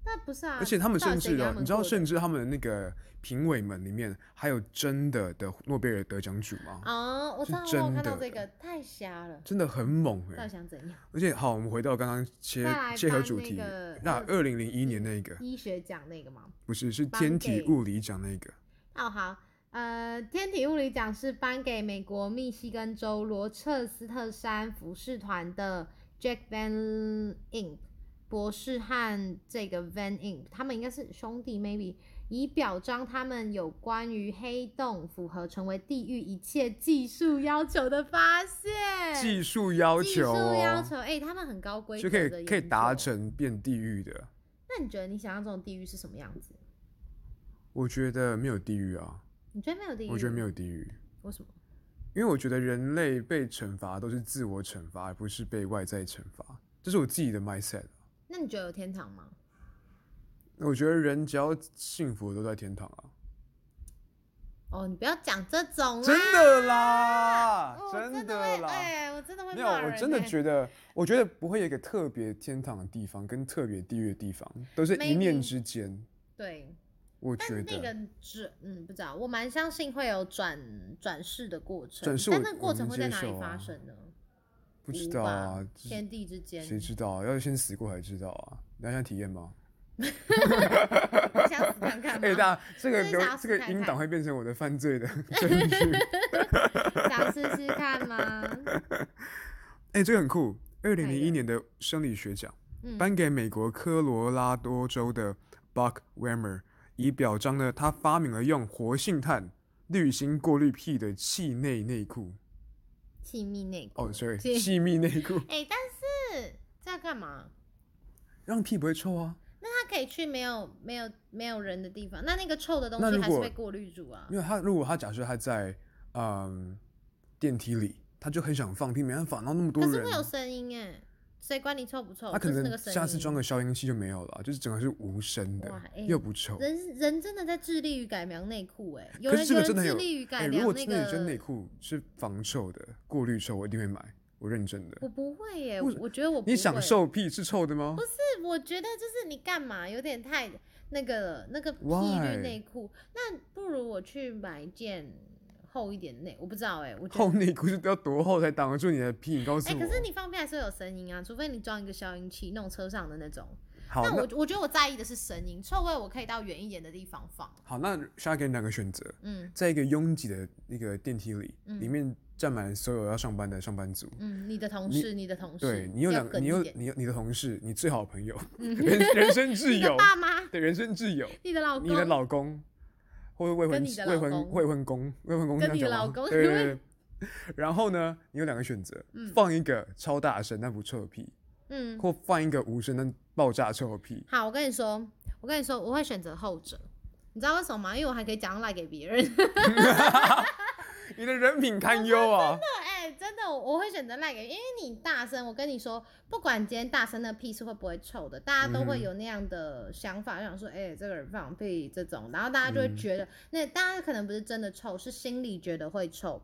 Speaker 1: 那不是啊，
Speaker 2: 而且他们
Speaker 1: 到
Speaker 2: 甚
Speaker 1: 底谁
Speaker 2: 至
Speaker 1: 给
Speaker 2: 哦，
Speaker 1: 们
Speaker 2: 你知道，
Speaker 1: 过的
Speaker 2: 甚至他们的那个评委们里面还有真的的诺贝尔得奖主吗？
Speaker 1: 哦，我知
Speaker 2: 是
Speaker 1: 道，我
Speaker 2: 真
Speaker 1: 有看到
Speaker 2: 的
Speaker 1: 这个太瞎了，
Speaker 2: 真的很猛
Speaker 1: 到
Speaker 2: 哎、
Speaker 1: 底想怎样？
Speaker 2: 而且好，我们回到刚刚切
Speaker 1: 再来
Speaker 2: 切合
Speaker 1: 翻
Speaker 2: 主
Speaker 1: 那
Speaker 2: 题
Speaker 1: 个，
Speaker 2: 那二
Speaker 1: 二
Speaker 2: 零零一年那个
Speaker 1: 医学奖那个吗？
Speaker 2: 不是是
Speaker 1: 颁
Speaker 2: 天体
Speaker 1: 给
Speaker 2: 物理奖那个，
Speaker 1: 哦，好，呃，天体物理奖是颁给美国密西根州罗彻斯特山服饰团的 Jack Van Imp 博士和这个 Van Imp，他们应该是兄弟，maybe，以表彰他们有关于黑洞符合成为地狱一切技术要求的发现。
Speaker 2: 技术要
Speaker 1: 技术
Speaker 2: 求
Speaker 1: 要求，
Speaker 2: 哦，
Speaker 1: 哎、他们很高规
Speaker 2: 就
Speaker 1: 格
Speaker 2: 可
Speaker 1: 的
Speaker 2: 以可以
Speaker 1: 研
Speaker 2: 达
Speaker 1: 究。
Speaker 2: 成变地狱的。
Speaker 1: 那你觉得你想象中的地狱是什么样子？
Speaker 2: 我觉得没有地狱啊，
Speaker 1: 你觉得没有地狱？
Speaker 2: 我觉得没，有地狱，
Speaker 1: 为什么？
Speaker 2: 因为我觉得人类被惩罚都是自我惩罚，而不是被外在惩罚，这是我自己的 mindset。啊
Speaker 1: 那你觉得有天堂吗？
Speaker 2: 我觉得人只要幸福都在天堂啊，
Speaker 1: 哦，你不要讲这种啦，
Speaker 2: 真的啦，
Speaker 1: 哦
Speaker 2: 真
Speaker 1: 真
Speaker 2: 的
Speaker 1: 会
Speaker 2: 啦，
Speaker 1: 哎、我真的会
Speaker 2: 没有，
Speaker 1: 骂
Speaker 2: 我
Speaker 1: 人
Speaker 2: 真的
Speaker 1: 欸
Speaker 2: 觉得，我觉得不会有一个特别天堂的地方跟特别地狱的地方，都是一念
Speaker 1: Maybe
Speaker 2: 之间。
Speaker 1: 对，
Speaker 2: 我
Speaker 1: 但
Speaker 2: 觉
Speaker 1: 是那
Speaker 2: 得
Speaker 1: 个转，嗯，不知道，我蛮相信会有转转世的过程，
Speaker 2: 转世
Speaker 1: 但
Speaker 2: 我
Speaker 1: 那个
Speaker 2: 我
Speaker 1: 过程
Speaker 2: 能
Speaker 1: 会在
Speaker 2: 接
Speaker 1: 哪
Speaker 2: 受
Speaker 1: 里
Speaker 2: 啊
Speaker 1: 发生呢？
Speaker 2: 不知
Speaker 1: 无
Speaker 2: 道
Speaker 1: 吧
Speaker 2: 啊，这
Speaker 1: 天地之间，
Speaker 2: 谁知道啊？要先死过才知道啊！你要想体验吗？
Speaker 1: 你想死看 看吗？
Speaker 2: 哎，大家这个
Speaker 1: 真的
Speaker 2: 留
Speaker 1: 想要
Speaker 2: 这
Speaker 1: 试
Speaker 2: 个
Speaker 1: 看
Speaker 2: 音
Speaker 1: 看
Speaker 2: 档会变成我的犯罪的 证据。
Speaker 1: 想试试看吗？
Speaker 2: 哎，这个很酷。二零零一
Speaker 1: 个
Speaker 2: 年的生理学奖。
Speaker 1: 哎嗯，
Speaker 2: 颁给美国科罗拉多州的 Buck Weimer，以表彰呢他发明了用活性炭滤芯过滤屁的气内内裤。
Speaker 1: 气密内裤
Speaker 2: 哦、s o r r y
Speaker 1: 气
Speaker 2: 气密内 裤，
Speaker 1: 哎、但是这要干嘛？
Speaker 2: 让屁不会臭啊。
Speaker 1: 那他可以去没有没有没有人的地方，那那个臭的东
Speaker 2: 那
Speaker 1: 西
Speaker 2: 如
Speaker 1: 还是
Speaker 2: 果
Speaker 1: 被过滤住啊
Speaker 2: 因？为他如果他假设他在嗯电梯里，他就很想放屁，没办法，然后那么多
Speaker 1: 可是
Speaker 2: 人
Speaker 1: 会，有声音哎，谁管你臭不臭？
Speaker 2: 他可
Speaker 1: 就是那个
Speaker 2: 能
Speaker 1: 声
Speaker 2: 下次
Speaker 1: 音
Speaker 2: 装个消音器就没有了，就是整个是无声的
Speaker 1: 哇，哎
Speaker 2: 又不臭。
Speaker 1: 人人真的在致力于改良内裤哎，有
Speaker 2: 可是
Speaker 1: 人
Speaker 2: 这
Speaker 1: 有人
Speaker 2: 个真的很
Speaker 1: 致
Speaker 2: 有，
Speaker 1: 力于改
Speaker 2: 哎如
Speaker 1: 良
Speaker 2: 果
Speaker 1: 那
Speaker 2: 真
Speaker 1: 个
Speaker 2: 的有一件内裤是防臭的、过滤臭，我一定会买，我认真的
Speaker 1: 我。不会耶，
Speaker 2: 为
Speaker 1: 我
Speaker 2: 什
Speaker 1: 我觉得我不
Speaker 2: 你享
Speaker 1: 会
Speaker 2: 受屁是臭的吗
Speaker 1: 不？是，我觉得就是你干嘛有点太那个了那个屁
Speaker 2: Why？
Speaker 1: 绿内裤，那不如我去买一件厚一点的内，我不知道哎，我觉
Speaker 2: 厚
Speaker 1: 得。
Speaker 2: 内裤是要多厚才挡得住你的屁？你告诉
Speaker 1: 哎、
Speaker 2: 我。
Speaker 1: 可是你放屁还是会有声音啊，除非你装一个消音器，那种车上的那种。
Speaker 2: 好，
Speaker 1: 但
Speaker 2: 那
Speaker 1: 我我觉得我在意的是声音，臭味我可以到远一点的地方放。
Speaker 2: 好，那现在给你两个选择，
Speaker 1: 嗯
Speaker 2: 在一个拥挤的那个电梯里，
Speaker 1: 嗯
Speaker 2: 里面站满所有要上班的上班族。
Speaker 1: 嗯，你的同
Speaker 2: 你
Speaker 1: 事，你的同事，
Speaker 2: 对你有
Speaker 1: 要
Speaker 2: 两，
Speaker 1: 梗
Speaker 2: 你
Speaker 1: 一
Speaker 2: 有
Speaker 1: 点嗯
Speaker 2: 你有你的同事，你最好的朋友，人人生挚
Speaker 1: 你的
Speaker 2: 友，
Speaker 1: 爸妈，
Speaker 2: 对人生挚友，
Speaker 1: 你的老公，
Speaker 2: 你的老公，或者未
Speaker 1: 哦跟
Speaker 2: 婚
Speaker 1: 你的
Speaker 2: 未
Speaker 1: 老
Speaker 2: 婚
Speaker 1: 公
Speaker 2: 未婚公未婚公这
Speaker 1: 跟
Speaker 2: 样
Speaker 1: 你的
Speaker 2: 讲吗
Speaker 1: 老公
Speaker 2: 对对
Speaker 1: 因为
Speaker 2: 对， 然后呢，你有两个选择，
Speaker 1: 嗯
Speaker 2: 放一个超大声但不臭的屁，
Speaker 1: 嗯，
Speaker 2: 或放一个无声但爆炸臭的屁。
Speaker 1: 好，我跟你说，我跟你说，我会选择后者。你知道为什么吗？因为我还可以讲赖给别人。
Speaker 2: 你的人品堪忧啊！
Speaker 1: 哎、真的，我我会选择赖给，因为你大声，我跟你说，不管今天大声的屁是会不会臭的，大家都
Speaker 2: 嗯
Speaker 1: 会有那样的想法，就想说，哎、这个人放屁这种，然后大家
Speaker 2: 嗯
Speaker 1: 就会觉得，那大家可能不是真的臭，是心里觉得会臭。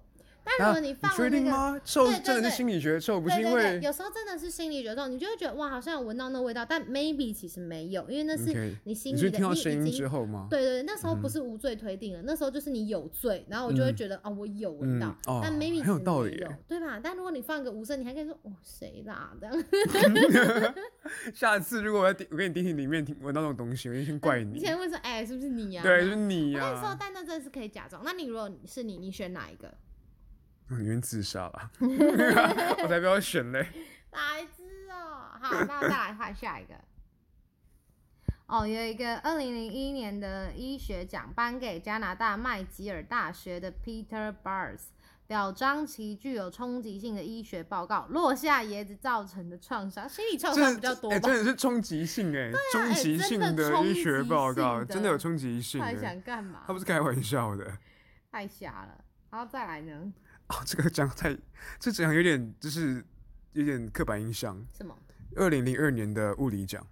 Speaker 1: 但如
Speaker 2: 啊
Speaker 1: 果哦你放
Speaker 2: 确
Speaker 1: 了那
Speaker 2: 定
Speaker 1: 个，
Speaker 2: 吗？臭
Speaker 1: 对对
Speaker 2: 真的
Speaker 1: 对
Speaker 2: 是心理学臭，不是
Speaker 1: 对
Speaker 2: 因
Speaker 1: 对
Speaker 2: 为
Speaker 1: 对，有时候真的是心里觉得臭，你就会觉得哇，好像有闻到那味道，但 maybe 其实没有，因为那
Speaker 2: 嗯 OK，
Speaker 1: 是你心
Speaker 2: 你
Speaker 1: 里
Speaker 2: 是
Speaker 1: 的，
Speaker 2: 听到
Speaker 1: 已
Speaker 2: 声音
Speaker 1: 经
Speaker 2: 之后吗？
Speaker 1: 对对，对那时候不是无罪推定了，那时候就是你有罪，然后我就会
Speaker 2: 嗯
Speaker 1: 觉得、哦，我有闻到，
Speaker 2: 嗯哦
Speaker 1: 但 maybe
Speaker 2: 很有
Speaker 1: 其实
Speaker 2: 道
Speaker 1: 没
Speaker 2: 理
Speaker 1: 有
Speaker 2: 耶，
Speaker 1: 对吧？但如果你放一个无声，你还可以说哦谁啦这样，
Speaker 2: 下次如果我在电我跟你电梯里面听闻到那种东西，我就先 怪你。
Speaker 1: 前会说哎、是不是你呀、这
Speaker 2: 对，就是
Speaker 1: 样
Speaker 2: 你
Speaker 1: 我
Speaker 2: 啊呀、
Speaker 1: 跟你说，但那真的是可以假装。那你如果是你，你选哪一个？
Speaker 2: 嗯你愿自杀 吧？ 我才不要选嘞！
Speaker 1: 白痴哦、好，那再来换下一个。哦，有一个二零零一年的医学奖颁给加拿大麦吉尔大学的 Peter Bars，表彰其具有冲击性的医学报告落下椰子造成的创伤，心理创
Speaker 2: 真
Speaker 1: 伤
Speaker 2: 的
Speaker 1: 比较多
Speaker 2: 哎
Speaker 1: 吧
Speaker 2: 真？的是冲击性哎、冲
Speaker 1: 哎
Speaker 2: 击
Speaker 1: 真
Speaker 2: 性
Speaker 1: 的冲
Speaker 2: 医学
Speaker 1: 击
Speaker 2: 报告，
Speaker 1: 性的
Speaker 2: 真的有冲击性
Speaker 1: 他还
Speaker 2: 哎、
Speaker 1: 想干嘛
Speaker 2: 他？不是开玩笑的
Speaker 1: 太瞎了。然后再来呢？
Speaker 2: 哦，这个讲太，这讲有点就是有点刻板印象。
Speaker 1: 什么？
Speaker 2: 二零零二年的物理奖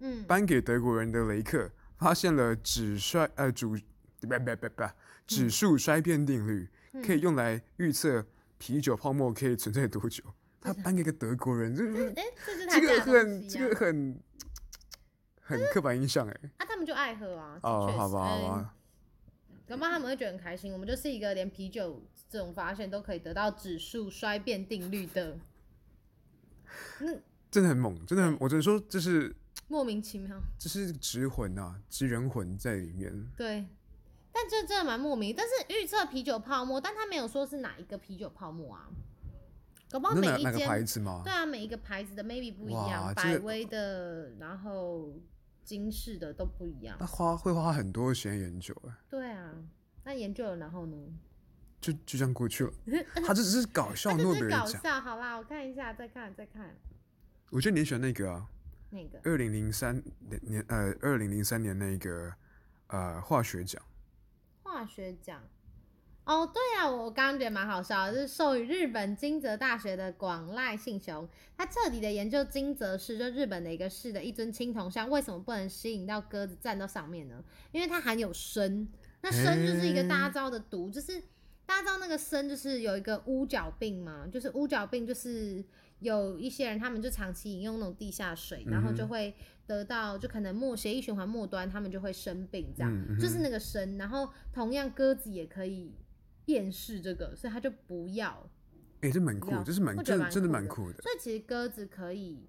Speaker 1: 嗯，
Speaker 2: 颁给德国人的雷克发现了指衰呃主不不不不指
Speaker 1: 嗯
Speaker 2: 数衰变定律，可以用来预测啤酒泡沫可以存在多久。他颁给一个德国人，这
Speaker 1: 这哎，这是他
Speaker 2: 这个
Speaker 1: 家的东
Speaker 2: 很
Speaker 1: 西
Speaker 2: 这个
Speaker 1: 啊
Speaker 2: 很很刻板印象哎、
Speaker 1: 啊，他们就爱喝啊。
Speaker 2: 哦
Speaker 1: 确，实
Speaker 2: 好吧，好。
Speaker 1: 嗯
Speaker 2: 吧，
Speaker 1: 搞不好他们会觉得很开心。我们就是一个连啤酒这种发现都可以得到指数衰变定律的，那
Speaker 2: 真的很猛，真的很，我只能说这是
Speaker 1: 莫名其妙。
Speaker 2: 这是直魂啊，直人魂在里面。
Speaker 1: 对，但这真的蛮莫名。但是预测啤酒泡沫，但他没有说是哪一个啤酒泡沫啊。搞不好
Speaker 2: 那
Speaker 1: 每
Speaker 2: 哪
Speaker 1: 一
Speaker 2: 哪个牌
Speaker 1: 间
Speaker 2: 子吗
Speaker 1: 对？啊，每一个牌子的 maybe 不一
Speaker 2: 哇
Speaker 1: 样，
Speaker 2: 这
Speaker 1: 百
Speaker 2: 个
Speaker 1: 威的，然后金氏的都不一样
Speaker 2: 他。花会花很多时间研究哎、
Speaker 1: 对啊，那研究了然后呢？
Speaker 2: 就就这样 过去了。他这只是搞笑
Speaker 1: 那
Speaker 2: 诺
Speaker 1: 就
Speaker 2: 贝
Speaker 1: 是搞
Speaker 2: 尔 奖。
Speaker 1: 笑。好啦，我看一下，再看，再看
Speaker 2: 我觉得你选那个啊，
Speaker 1: 那个。
Speaker 2: 二零零三年呃，二零零三年那个呃化学奖。
Speaker 1: 化学奖。哦，对啊，我我刚刚觉得蛮好笑的，就是授予日本金泽大学的广濑幸雄，他彻底的研究金泽市，就日本的一个市的一尊青铜像，为什么不能吸引到鸽子站到上面呢？因为它含有砷，那砷就是一个大家知道的毒，就是大家知道那个砷就是有一个乌角病嘛，就是乌角病就是有一些人他们就长期饮用那种地下水，然后
Speaker 2: 嗯
Speaker 1: 就
Speaker 2: 哼
Speaker 1: 会得到就可能末血液循环末端他们就会生病这样。
Speaker 2: 嗯，嗯
Speaker 1: 就是
Speaker 2: 哼
Speaker 1: 那个声，然后同样鸽子也可以辨识这个，所以它就不要。
Speaker 2: 哎，这蛮酷，
Speaker 1: 要
Speaker 2: 这是蛮
Speaker 1: 我觉
Speaker 2: 真
Speaker 1: 得
Speaker 2: 的
Speaker 1: 蛮
Speaker 2: 真的
Speaker 1: 酷
Speaker 2: 蛮
Speaker 1: 的
Speaker 2: 酷的，
Speaker 1: 所以其实鸽子可以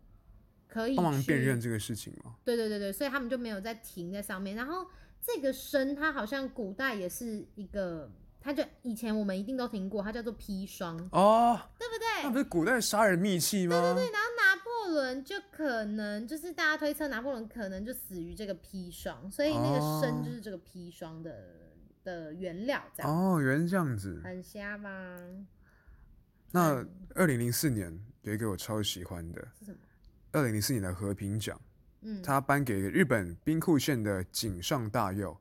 Speaker 1: 可以
Speaker 2: 帮忙辨
Speaker 1: 去
Speaker 2: 认这个事情嘛。
Speaker 1: 对对对对，所以他们就没有再停在上面。然后这个笙，它好像古代也是一个，它就以前我们一定都听过，它叫做砒霜，
Speaker 2: 哦，
Speaker 1: 对不
Speaker 2: 那
Speaker 1: 对？
Speaker 2: 不是古代杀人秘器吗？对对对，
Speaker 1: 然后拿破仑就可能就是大家推测拿破仑可能就死于这个砒霜，所以那个
Speaker 2: 哦
Speaker 1: 笙就是这个砒霜的的原料，这样、
Speaker 2: 哦，原来这样子。
Speaker 1: 很瞎吧？
Speaker 2: 那
Speaker 1: 嗯
Speaker 2: 二零零四年有一个我超喜欢的，
Speaker 1: 是什么？
Speaker 2: 二零零四年的和平奖，
Speaker 1: 嗯，
Speaker 2: 他颁给日本兵库县的井上大 佑，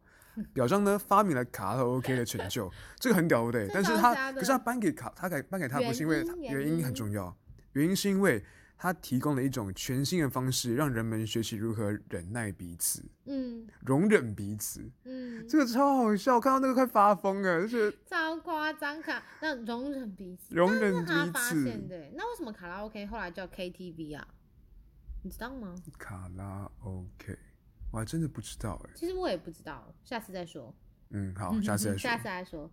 Speaker 2: 表彰呢发明了卡拉 OK 的成就，这个很屌对不对？
Speaker 1: 这
Speaker 2: 但是
Speaker 1: 超
Speaker 2: 他
Speaker 1: 瞎
Speaker 2: 可
Speaker 1: 的
Speaker 2: 是他颁给卡，他给颁给他不是因为
Speaker 1: 原因
Speaker 2: 他
Speaker 1: 原
Speaker 2: 原因很
Speaker 1: 因
Speaker 2: 重要，原因是因为他提供了一种全新的方式，让人们学习如何忍耐彼此、
Speaker 1: 嗯
Speaker 2: 容忍彼此。
Speaker 1: 嗯，
Speaker 2: 这个超好笑，我看到那个快发疯了，就是
Speaker 1: 超夸张卡，那容忍彼此，
Speaker 2: 容忍
Speaker 1: 那是他
Speaker 2: 彼
Speaker 1: 发
Speaker 2: 此
Speaker 1: 现的欸。那为什么卡拉 OK 后来叫 KTV 啊？你知道吗？
Speaker 2: 卡拉 OK，我还真的不知道哎。
Speaker 1: 其实我也不知道，下次再说。
Speaker 2: 嗯，好，下次再说
Speaker 1: 下。次再说。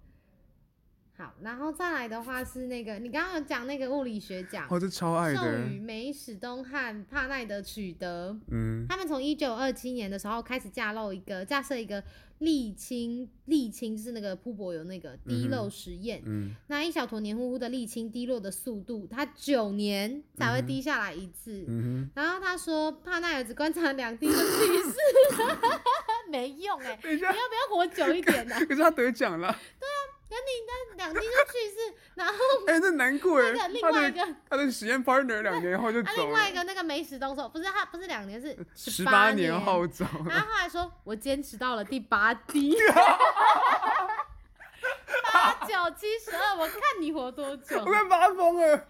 Speaker 1: 好，然后再来的话是那个，你刚刚有讲那个物理学奖，
Speaker 2: 哦，这超爱
Speaker 1: 授
Speaker 2: 的
Speaker 1: 予，梅史东和帕奈德取得。
Speaker 2: 嗯，
Speaker 1: 他们从一九二七年的时候开始架漏一个架设一个沥青，沥青就是那个瀑布有那个滴
Speaker 2: 嗯
Speaker 1: 漏
Speaker 2: 哼
Speaker 1: 实验，
Speaker 2: 嗯，
Speaker 1: 那一小坨黏糊糊的沥青滴落的速度，它九年才会
Speaker 2: 嗯哼
Speaker 1: 滴下来一次。
Speaker 2: 嗯
Speaker 1: 然后他说，帕奈尔只观察两滴的趋势， 没用哎、欸
Speaker 2: 哼，等一
Speaker 1: 你要
Speaker 2: 下，
Speaker 1: 不要活久一点呢、
Speaker 2: 可是他得奖了，
Speaker 1: 那两天就去世，然后
Speaker 2: 哎、那难过哎、
Speaker 1: 那个另
Speaker 2: 他
Speaker 1: 外一
Speaker 2: 的
Speaker 1: 个。
Speaker 2: 他的实验 partner 两年后就
Speaker 1: 啊，
Speaker 2: 走
Speaker 1: 另外
Speaker 2: 了
Speaker 1: 一，个那个没始动手，不是他，不是两年，是
Speaker 2: 十
Speaker 1: 八
Speaker 2: 八年后走了。
Speaker 1: 然后后来说，我坚持到了第八滴， 八九七十二，我看你活多久
Speaker 2: 我。快发疯了，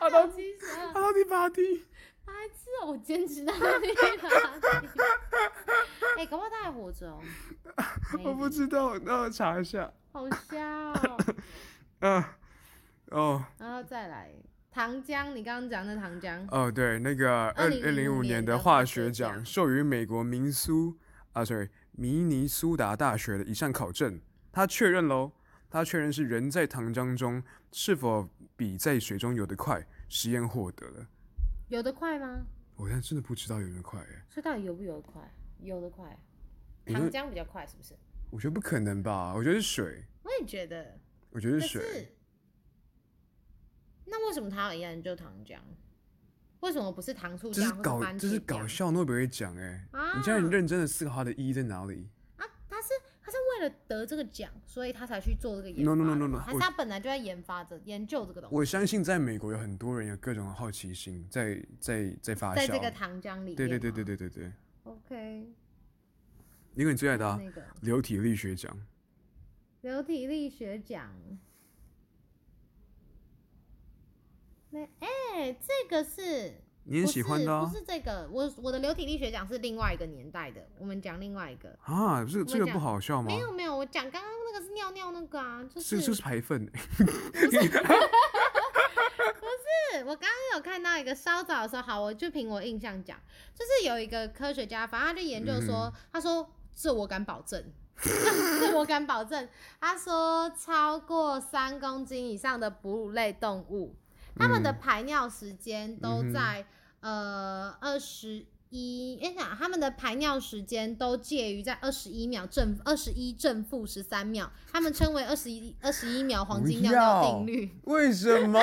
Speaker 1: 八九七十二
Speaker 2: 他，到第八题，
Speaker 1: 白痴哦，我坚持到第八滴。 哎、搞不好他还活 着哦。
Speaker 2: 我不知道，那我查一下。
Speaker 1: 好笑哦、
Speaker 2: 啊，哦
Speaker 1: 然后再来糖浆，你刚刚讲的糖浆，
Speaker 2: 哦，对，那个二二零
Speaker 1: 2005
Speaker 2: 五
Speaker 1: 年
Speaker 2: 年
Speaker 1: 的
Speaker 2: 的
Speaker 1: 化
Speaker 2: 化
Speaker 1: 学
Speaker 2: 学
Speaker 1: 奖
Speaker 2: 奖授予美国明苏啊，sorry，明尼苏达大学的一项考证，他确认喽，他确认是人在糖浆中是否比在水中游得快，实验获得了。
Speaker 1: 游得快吗？
Speaker 2: 我现在真的不知道游得快哎，
Speaker 1: 所以到底游不游得快？游得快，
Speaker 2: 你
Speaker 1: 糖
Speaker 2: 说
Speaker 1: 浆比较快，是不是？
Speaker 2: 我觉得不可能吧？我觉得是水，
Speaker 1: 我也觉得。
Speaker 2: 我觉得
Speaker 1: 可
Speaker 2: 是水，
Speaker 1: 是，那为什么他要研究糖浆？为什么不是糖醋
Speaker 2: 这
Speaker 1: 酱
Speaker 2: 是
Speaker 1: 或
Speaker 2: 搞
Speaker 1: 番
Speaker 2: 这是
Speaker 1: 茄酱
Speaker 2: 搞笑诺贝尔奖哎，你竟然
Speaker 1: 啊
Speaker 2: 很认真的思考它的意义在哪里？
Speaker 1: 啊？他是他是为了得这个奖，所以他才去做这个研发
Speaker 2: No,
Speaker 1: 的
Speaker 2: no,
Speaker 1: 吗
Speaker 2: no, no, no，
Speaker 1: 还是
Speaker 2: 我
Speaker 1: 他本来就在研发着研究这个东西，
Speaker 2: 我相信在美国有很多人有各种好奇心在在在发酵，
Speaker 1: 在这个糖浆里面吗。
Speaker 2: 对对对对对对对，
Speaker 1: ，OK，
Speaker 2: 一个你最爱的、啊、
Speaker 1: 那个
Speaker 2: 流体力学奖，
Speaker 1: 流体力学奖。那哎、这个是
Speaker 2: 你很
Speaker 1: 不
Speaker 2: 喜欢
Speaker 1: 是
Speaker 2: 的啊
Speaker 1: 不是这个，我我的流体力学奖是另外一个年代的，我们讲另外一个。
Speaker 2: 啊，这个
Speaker 1: 我
Speaker 2: 这个
Speaker 1: 讲
Speaker 2: 不好笑吗
Speaker 1: 没？有没有，我讲刚刚那个是尿尿那个啊，就
Speaker 2: 这
Speaker 1: 是
Speaker 2: 个啊就是排粪、欸，
Speaker 1: 是我刚刚有看到一个稍早的时候，好，我就凭我印象讲，就是有一个科学家，反正他就研究说，他说这我敢保证， 这我敢保证，他说超过三公斤以上的哺乳类动物，它们的排尿时间都在、呃二十一，哎呀，它们的排尿时间都介于在二十一秒正二十一正负十三秒，他们称为二十一二十一秒黄金尿尿定律。
Speaker 2: 为什么？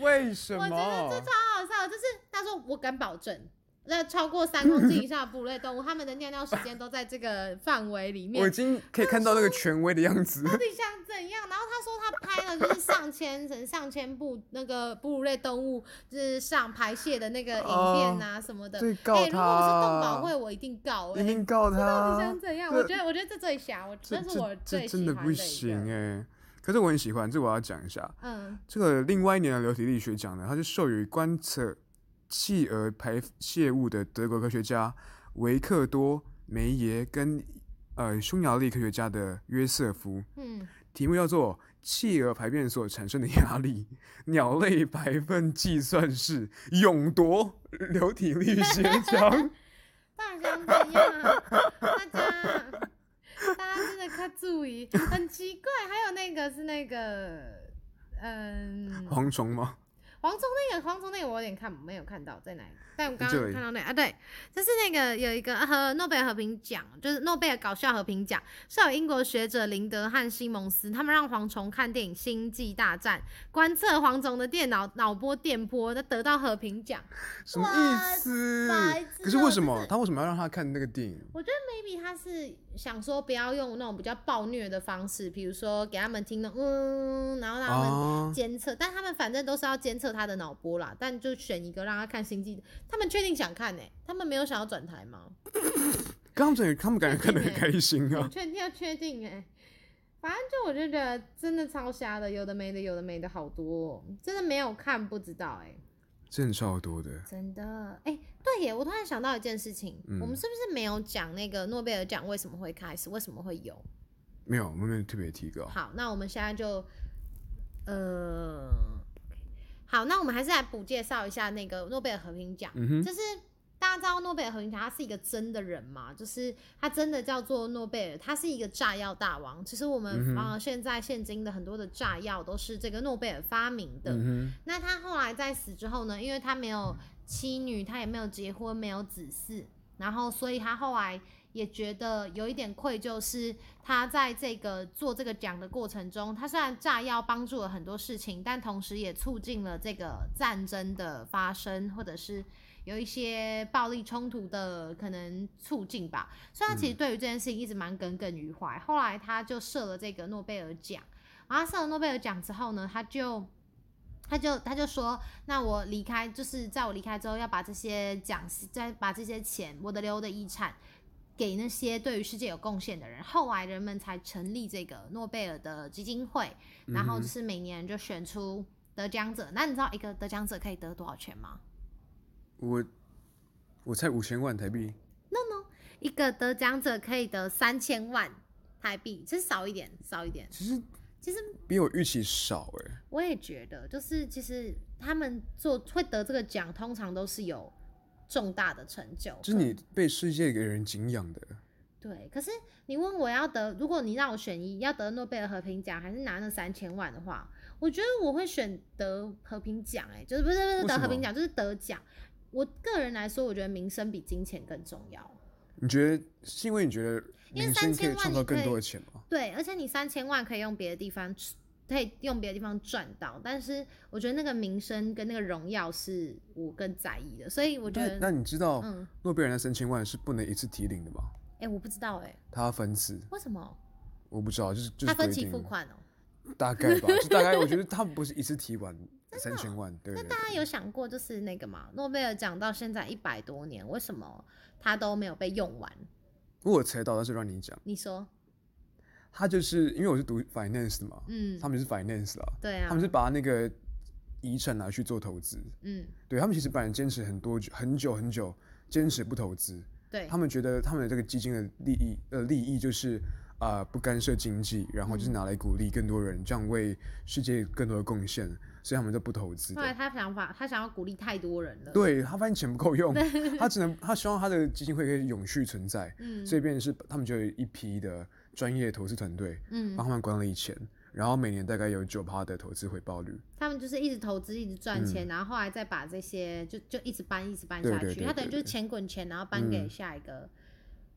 Speaker 2: 为 什
Speaker 1: 我觉得这
Speaker 2: 么？
Speaker 1: 超好笑，就是他说我敢保证，那超过三公斤以上的哺乳类动物，它们的尿尿时间都在这个范围里面
Speaker 2: 我已。经可以看到那个权威的样 子。
Speaker 1: 到底想怎样？然后他说他拍了就是上千人、上千部那个哺乳类动物就是上排泄的那个影片啊什么的。
Speaker 2: 对，
Speaker 1: 哎、
Speaker 2: 告
Speaker 1: 如果我是动保
Speaker 2: 他，
Speaker 1: 会，我一定告、
Speaker 2: 一
Speaker 1: 哎，
Speaker 2: 定告
Speaker 1: 到底
Speaker 2: 他
Speaker 1: 想。怎样？
Speaker 2: 这
Speaker 1: 我觉得我觉得这最瞎，我
Speaker 2: 这
Speaker 1: 那是我
Speaker 2: 这
Speaker 1: 最
Speaker 2: 这
Speaker 1: 喜欢
Speaker 2: 真的不
Speaker 1: 一个
Speaker 2: 行欸哎、可是我很喜欢，这我要讲一下。
Speaker 1: 嗯，
Speaker 2: 这个另外一年的流体力学奖呢，它是授予观测企鹅排泄物的德国科学家维克多梅耶跟呃匈牙利科学家的约瑟夫，
Speaker 1: 嗯，
Speaker 2: 题目叫做“企鹅排便所产生的压力： 鸟类排粪计算式勇夺流体力学奖，
Speaker 1: 大家想怎样啊？大家，大家真的快注意，很奇怪。还有那个是那个，嗯”，
Speaker 2: 蝗虫吗？
Speaker 1: 黄忠那个，黄忠那个我有点看没有看到在哪里，但我刚
Speaker 2: 这
Speaker 1: 刚
Speaker 2: 里
Speaker 1: 看到那个啊，对，就是那个有一个呃和诺贝尔和平奖，就是诺贝尔搞笑和平奖，是由英国学者林德和西蒙斯他们让蝗虫看电影《星际大战》，观测蝗虫的电脑脑波电波，那得到和平奖。
Speaker 2: 什么
Speaker 1: 哇
Speaker 2: 意思
Speaker 1: 白痴？
Speaker 2: 可是
Speaker 1: 哦
Speaker 2: 为
Speaker 1: 就
Speaker 2: 什么
Speaker 1: 是
Speaker 2: 他为什么要让他看那个电影？
Speaker 1: 我觉得 maybe 他是想说不要用那种比较暴虐的方式，比如说给他们听的嗯，然后让他们
Speaker 2: 啊，
Speaker 1: 监测，但他们反正都是要监测他的脑波啦，但就选一个让他看星际，他们确定想看呢、他们没有想要转台吗？
Speaker 2: 刚才他们感觉看得很
Speaker 1: 欸
Speaker 2: 开心啊
Speaker 1: 我。确定要确定哎、反正就我就觉得真的超瞎的，有的没的，有的没的好多、哦，真的没有看不知道哎、
Speaker 2: 真的超多的。
Speaker 1: 真的，哎、对耶！我突然想到一件事情，我们是不是没有讲那个诺贝尔奖为什么会开始，为什么会有？
Speaker 2: 没有，我们没有特别提高。
Speaker 1: 好，那我们现在就，呃，好，那我们还是来补介绍一下那个诺贝尔和平奖，
Speaker 2: 嗯哼，
Speaker 1: 就是。大家知道诺贝尔和平奖，他是一个真的人嘛？就是他真的叫做诺贝尔，他是一个炸药大王。其实我们
Speaker 2: 嗯哼
Speaker 1: 啊、呃现在现今的很多的炸药都是这个诺贝尔发明的。
Speaker 2: 嗯
Speaker 1: 那他后来在死之后呢，因为他没有妻女，他也没有结婚，没有子嗣，然后所以他后来也觉得有一点愧疚，是他在这个做这个奖的过程中，他虽然炸药帮助了很多事情，但同时也促进了这个战争的发生，或者是有一些暴力冲突的可能促进吧。所以他其实对于这件事情一直蛮耿耿于怀。后来他就设了这个诺贝尔奖，然后他设了诺贝尔奖之后呢，他就。他就他就说，那我离开，就是在我离开之后，要把这些奖，再把这些钱，我的留的遗产，给那些对于世界有贡献的人。后来人们才成立这个诺贝尔的基金会，然后就是每年就选出得奖者。那你知道一个得奖者可以得多少钱吗？
Speaker 2: 我我才五千万台币，
Speaker 1: 一个得奖者可以得三千万台币，其实少一点，少一点。
Speaker 2: 其实
Speaker 1: 其实
Speaker 2: 比我预期少哎、
Speaker 1: 我也觉得，就是其实他们做会得这个奖，通常都是有重大的成就。
Speaker 2: 就是你被世界给人敬仰的，
Speaker 1: 对，可是你问我要得，如果你让我选一，要得诺贝尔和平奖还是拿那三千万的话，我觉得我会选得和平奖，哎，就是不是不
Speaker 2: 为
Speaker 1: 是
Speaker 2: 什
Speaker 1: 得
Speaker 2: 么
Speaker 1: 和平奖，就是得奖。我个人来说，我觉得名声比金钱更重要。
Speaker 2: 你觉得是因为你觉得
Speaker 1: 因为
Speaker 2: 明星
Speaker 1: 3000
Speaker 2: 可以
Speaker 1: 万
Speaker 2: 创
Speaker 1: 你
Speaker 2: 造更
Speaker 1: 可以
Speaker 2: 多的钱吗？
Speaker 1: 对，而且你三千万可以用别的地方，可以用别的地方赚到，但是我觉得那个名声跟那个荣耀是我更在意的，所以我觉
Speaker 2: 那那
Speaker 1: 得，
Speaker 2: 你知道
Speaker 1: 嗯，
Speaker 2: 诺贝尔那三千万是不能一次提领的吧？
Speaker 1: 哎、我不知道哎、
Speaker 2: 它要分次，
Speaker 1: 为什么？
Speaker 2: 我不知道，就是就
Speaker 1: 他
Speaker 2: 是
Speaker 1: 分
Speaker 2: 规
Speaker 1: 期
Speaker 2: 定
Speaker 1: 付款哦、
Speaker 2: 大概 吧，就大概我觉得他们不是一次提完
Speaker 1: 啊
Speaker 2: 三千万，对对对
Speaker 1: 大家有想过，就是那个嘛，诺贝尔奖到现在一百多年，为什么它都没有被用完？
Speaker 2: 我有猜到，但是让你讲，
Speaker 1: 你说，
Speaker 2: 他就是因为我是读 finance 的嘛，
Speaker 1: 嗯，
Speaker 2: 他们是 finance 啦，
Speaker 1: 对
Speaker 2: 他
Speaker 1: 啊
Speaker 2: 们，是把那个遗产拿去做投资，
Speaker 1: 嗯，
Speaker 2: 对他们其实本来坚持很多久很久很久坚持不投资，
Speaker 1: 对
Speaker 2: 他，们觉得他们的这个基金的利益呃利益就是啊、呃不干涉经济，然后就是拿来鼓励更多人，这样为世界更多的贡献，所以他们都不投资
Speaker 1: 后来
Speaker 2: 的。
Speaker 1: 他想法，他想要鼓励太多人了，，
Speaker 2: 对他发现钱不够 用，他只能他希望他的基金会可以永续存在，
Speaker 1: 嗯
Speaker 2: 所以变成是他们就有一批的专业投资团队
Speaker 1: 嗯
Speaker 2: 帮，他们管理钱，然后每年大概有九趴的投资回报率。
Speaker 1: 他们就是一直投资，一直赚钱，然后后来再把这些就就一直搬，一直搬
Speaker 2: 嗯对
Speaker 1: 下去，
Speaker 2: 对对
Speaker 1: 他等于
Speaker 2: 对
Speaker 1: 就是
Speaker 2: 对
Speaker 1: 钱滚钱，然后搬给
Speaker 2: 嗯
Speaker 1: 下一个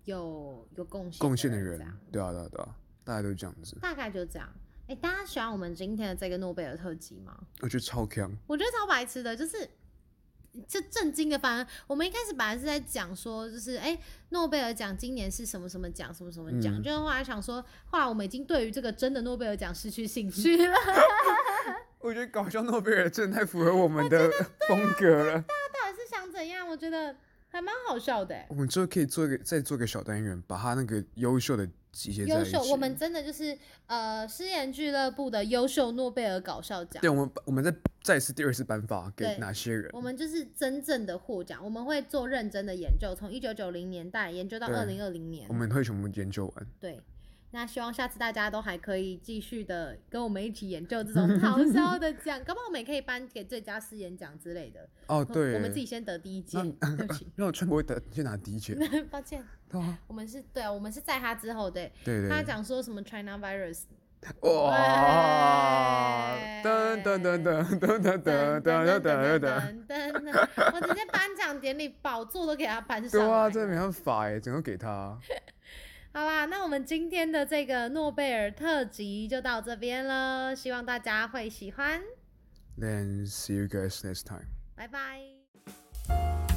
Speaker 1: 有有贡献
Speaker 2: 贡献的
Speaker 1: 的
Speaker 2: 人
Speaker 1: 这样，
Speaker 2: 对啊对啊对啊，大家都这样子，
Speaker 1: 大概就这样。哎、大家喜欢我们今天的这个诺贝尔特辑吗？
Speaker 2: 我觉得超强。
Speaker 1: 我觉得超白痴的，就是这震惊的。反而我们一开始本来是在讲说，就是哎，诺贝尔奖今年是什么什么奖，什么什么奖，
Speaker 2: 嗯
Speaker 1: 就是后来想说，后来我们已经对于这个真的诺贝尔奖失去兴 趣了。
Speaker 2: 我觉得搞笑诺贝尔真的太符合我们的风格了。
Speaker 1: 到底是想怎样？我觉得还蛮好笑的、哎
Speaker 2: 我们之后可以做一个再做个小单元，把他那个优秀的集结在
Speaker 1: 优
Speaker 2: 一起。
Speaker 1: 秀，我们真的就是呃，诗言俱乐部的优秀诺贝尔搞笑奖
Speaker 2: 对，。我们我们再再次第二次颁发给
Speaker 1: 对
Speaker 2: 哪些人？
Speaker 1: 我们就是真正的获奖，我们会做认真的研究，从一九九零年代研究到
Speaker 2: 对
Speaker 1: 二零二零年。
Speaker 2: 我们会全部研究完。
Speaker 1: 对，那希望下次大家都还可以继续的跟我们一起研究这 种好笑的奖，搞不好我们也可以颁给最佳诗演奖之类的。
Speaker 2: 哦，对，
Speaker 1: 我们自己先得第一届，对不起，
Speaker 2: 让我川博得去拿第 一届。
Speaker 1: 抱歉，
Speaker 2: 对啊，
Speaker 1: 我们是对啊，我们是在他之后的。
Speaker 2: 对对
Speaker 1: 他
Speaker 2: 对。
Speaker 1: 讲说什么 China virus，
Speaker 2: 哇！
Speaker 1: 喂
Speaker 2: 噔噔噔噔噔噔噔
Speaker 1: 噔噔
Speaker 2: 噔
Speaker 1: 噔
Speaker 2: 噔噔。
Speaker 1: 噔噔噔，我直接颁奖典礼宝座都给他颁上
Speaker 2: 对
Speaker 1: 来
Speaker 2: 啊，
Speaker 1: 了。
Speaker 2: 这没办法哎，整个给他。
Speaker 1: 好啦，那我们今天的这个诺贝尔特辑就到这边了，希望大家会喜欢，
Speaker 2: Then see you guys next time.
Speaker 1: 拜拜。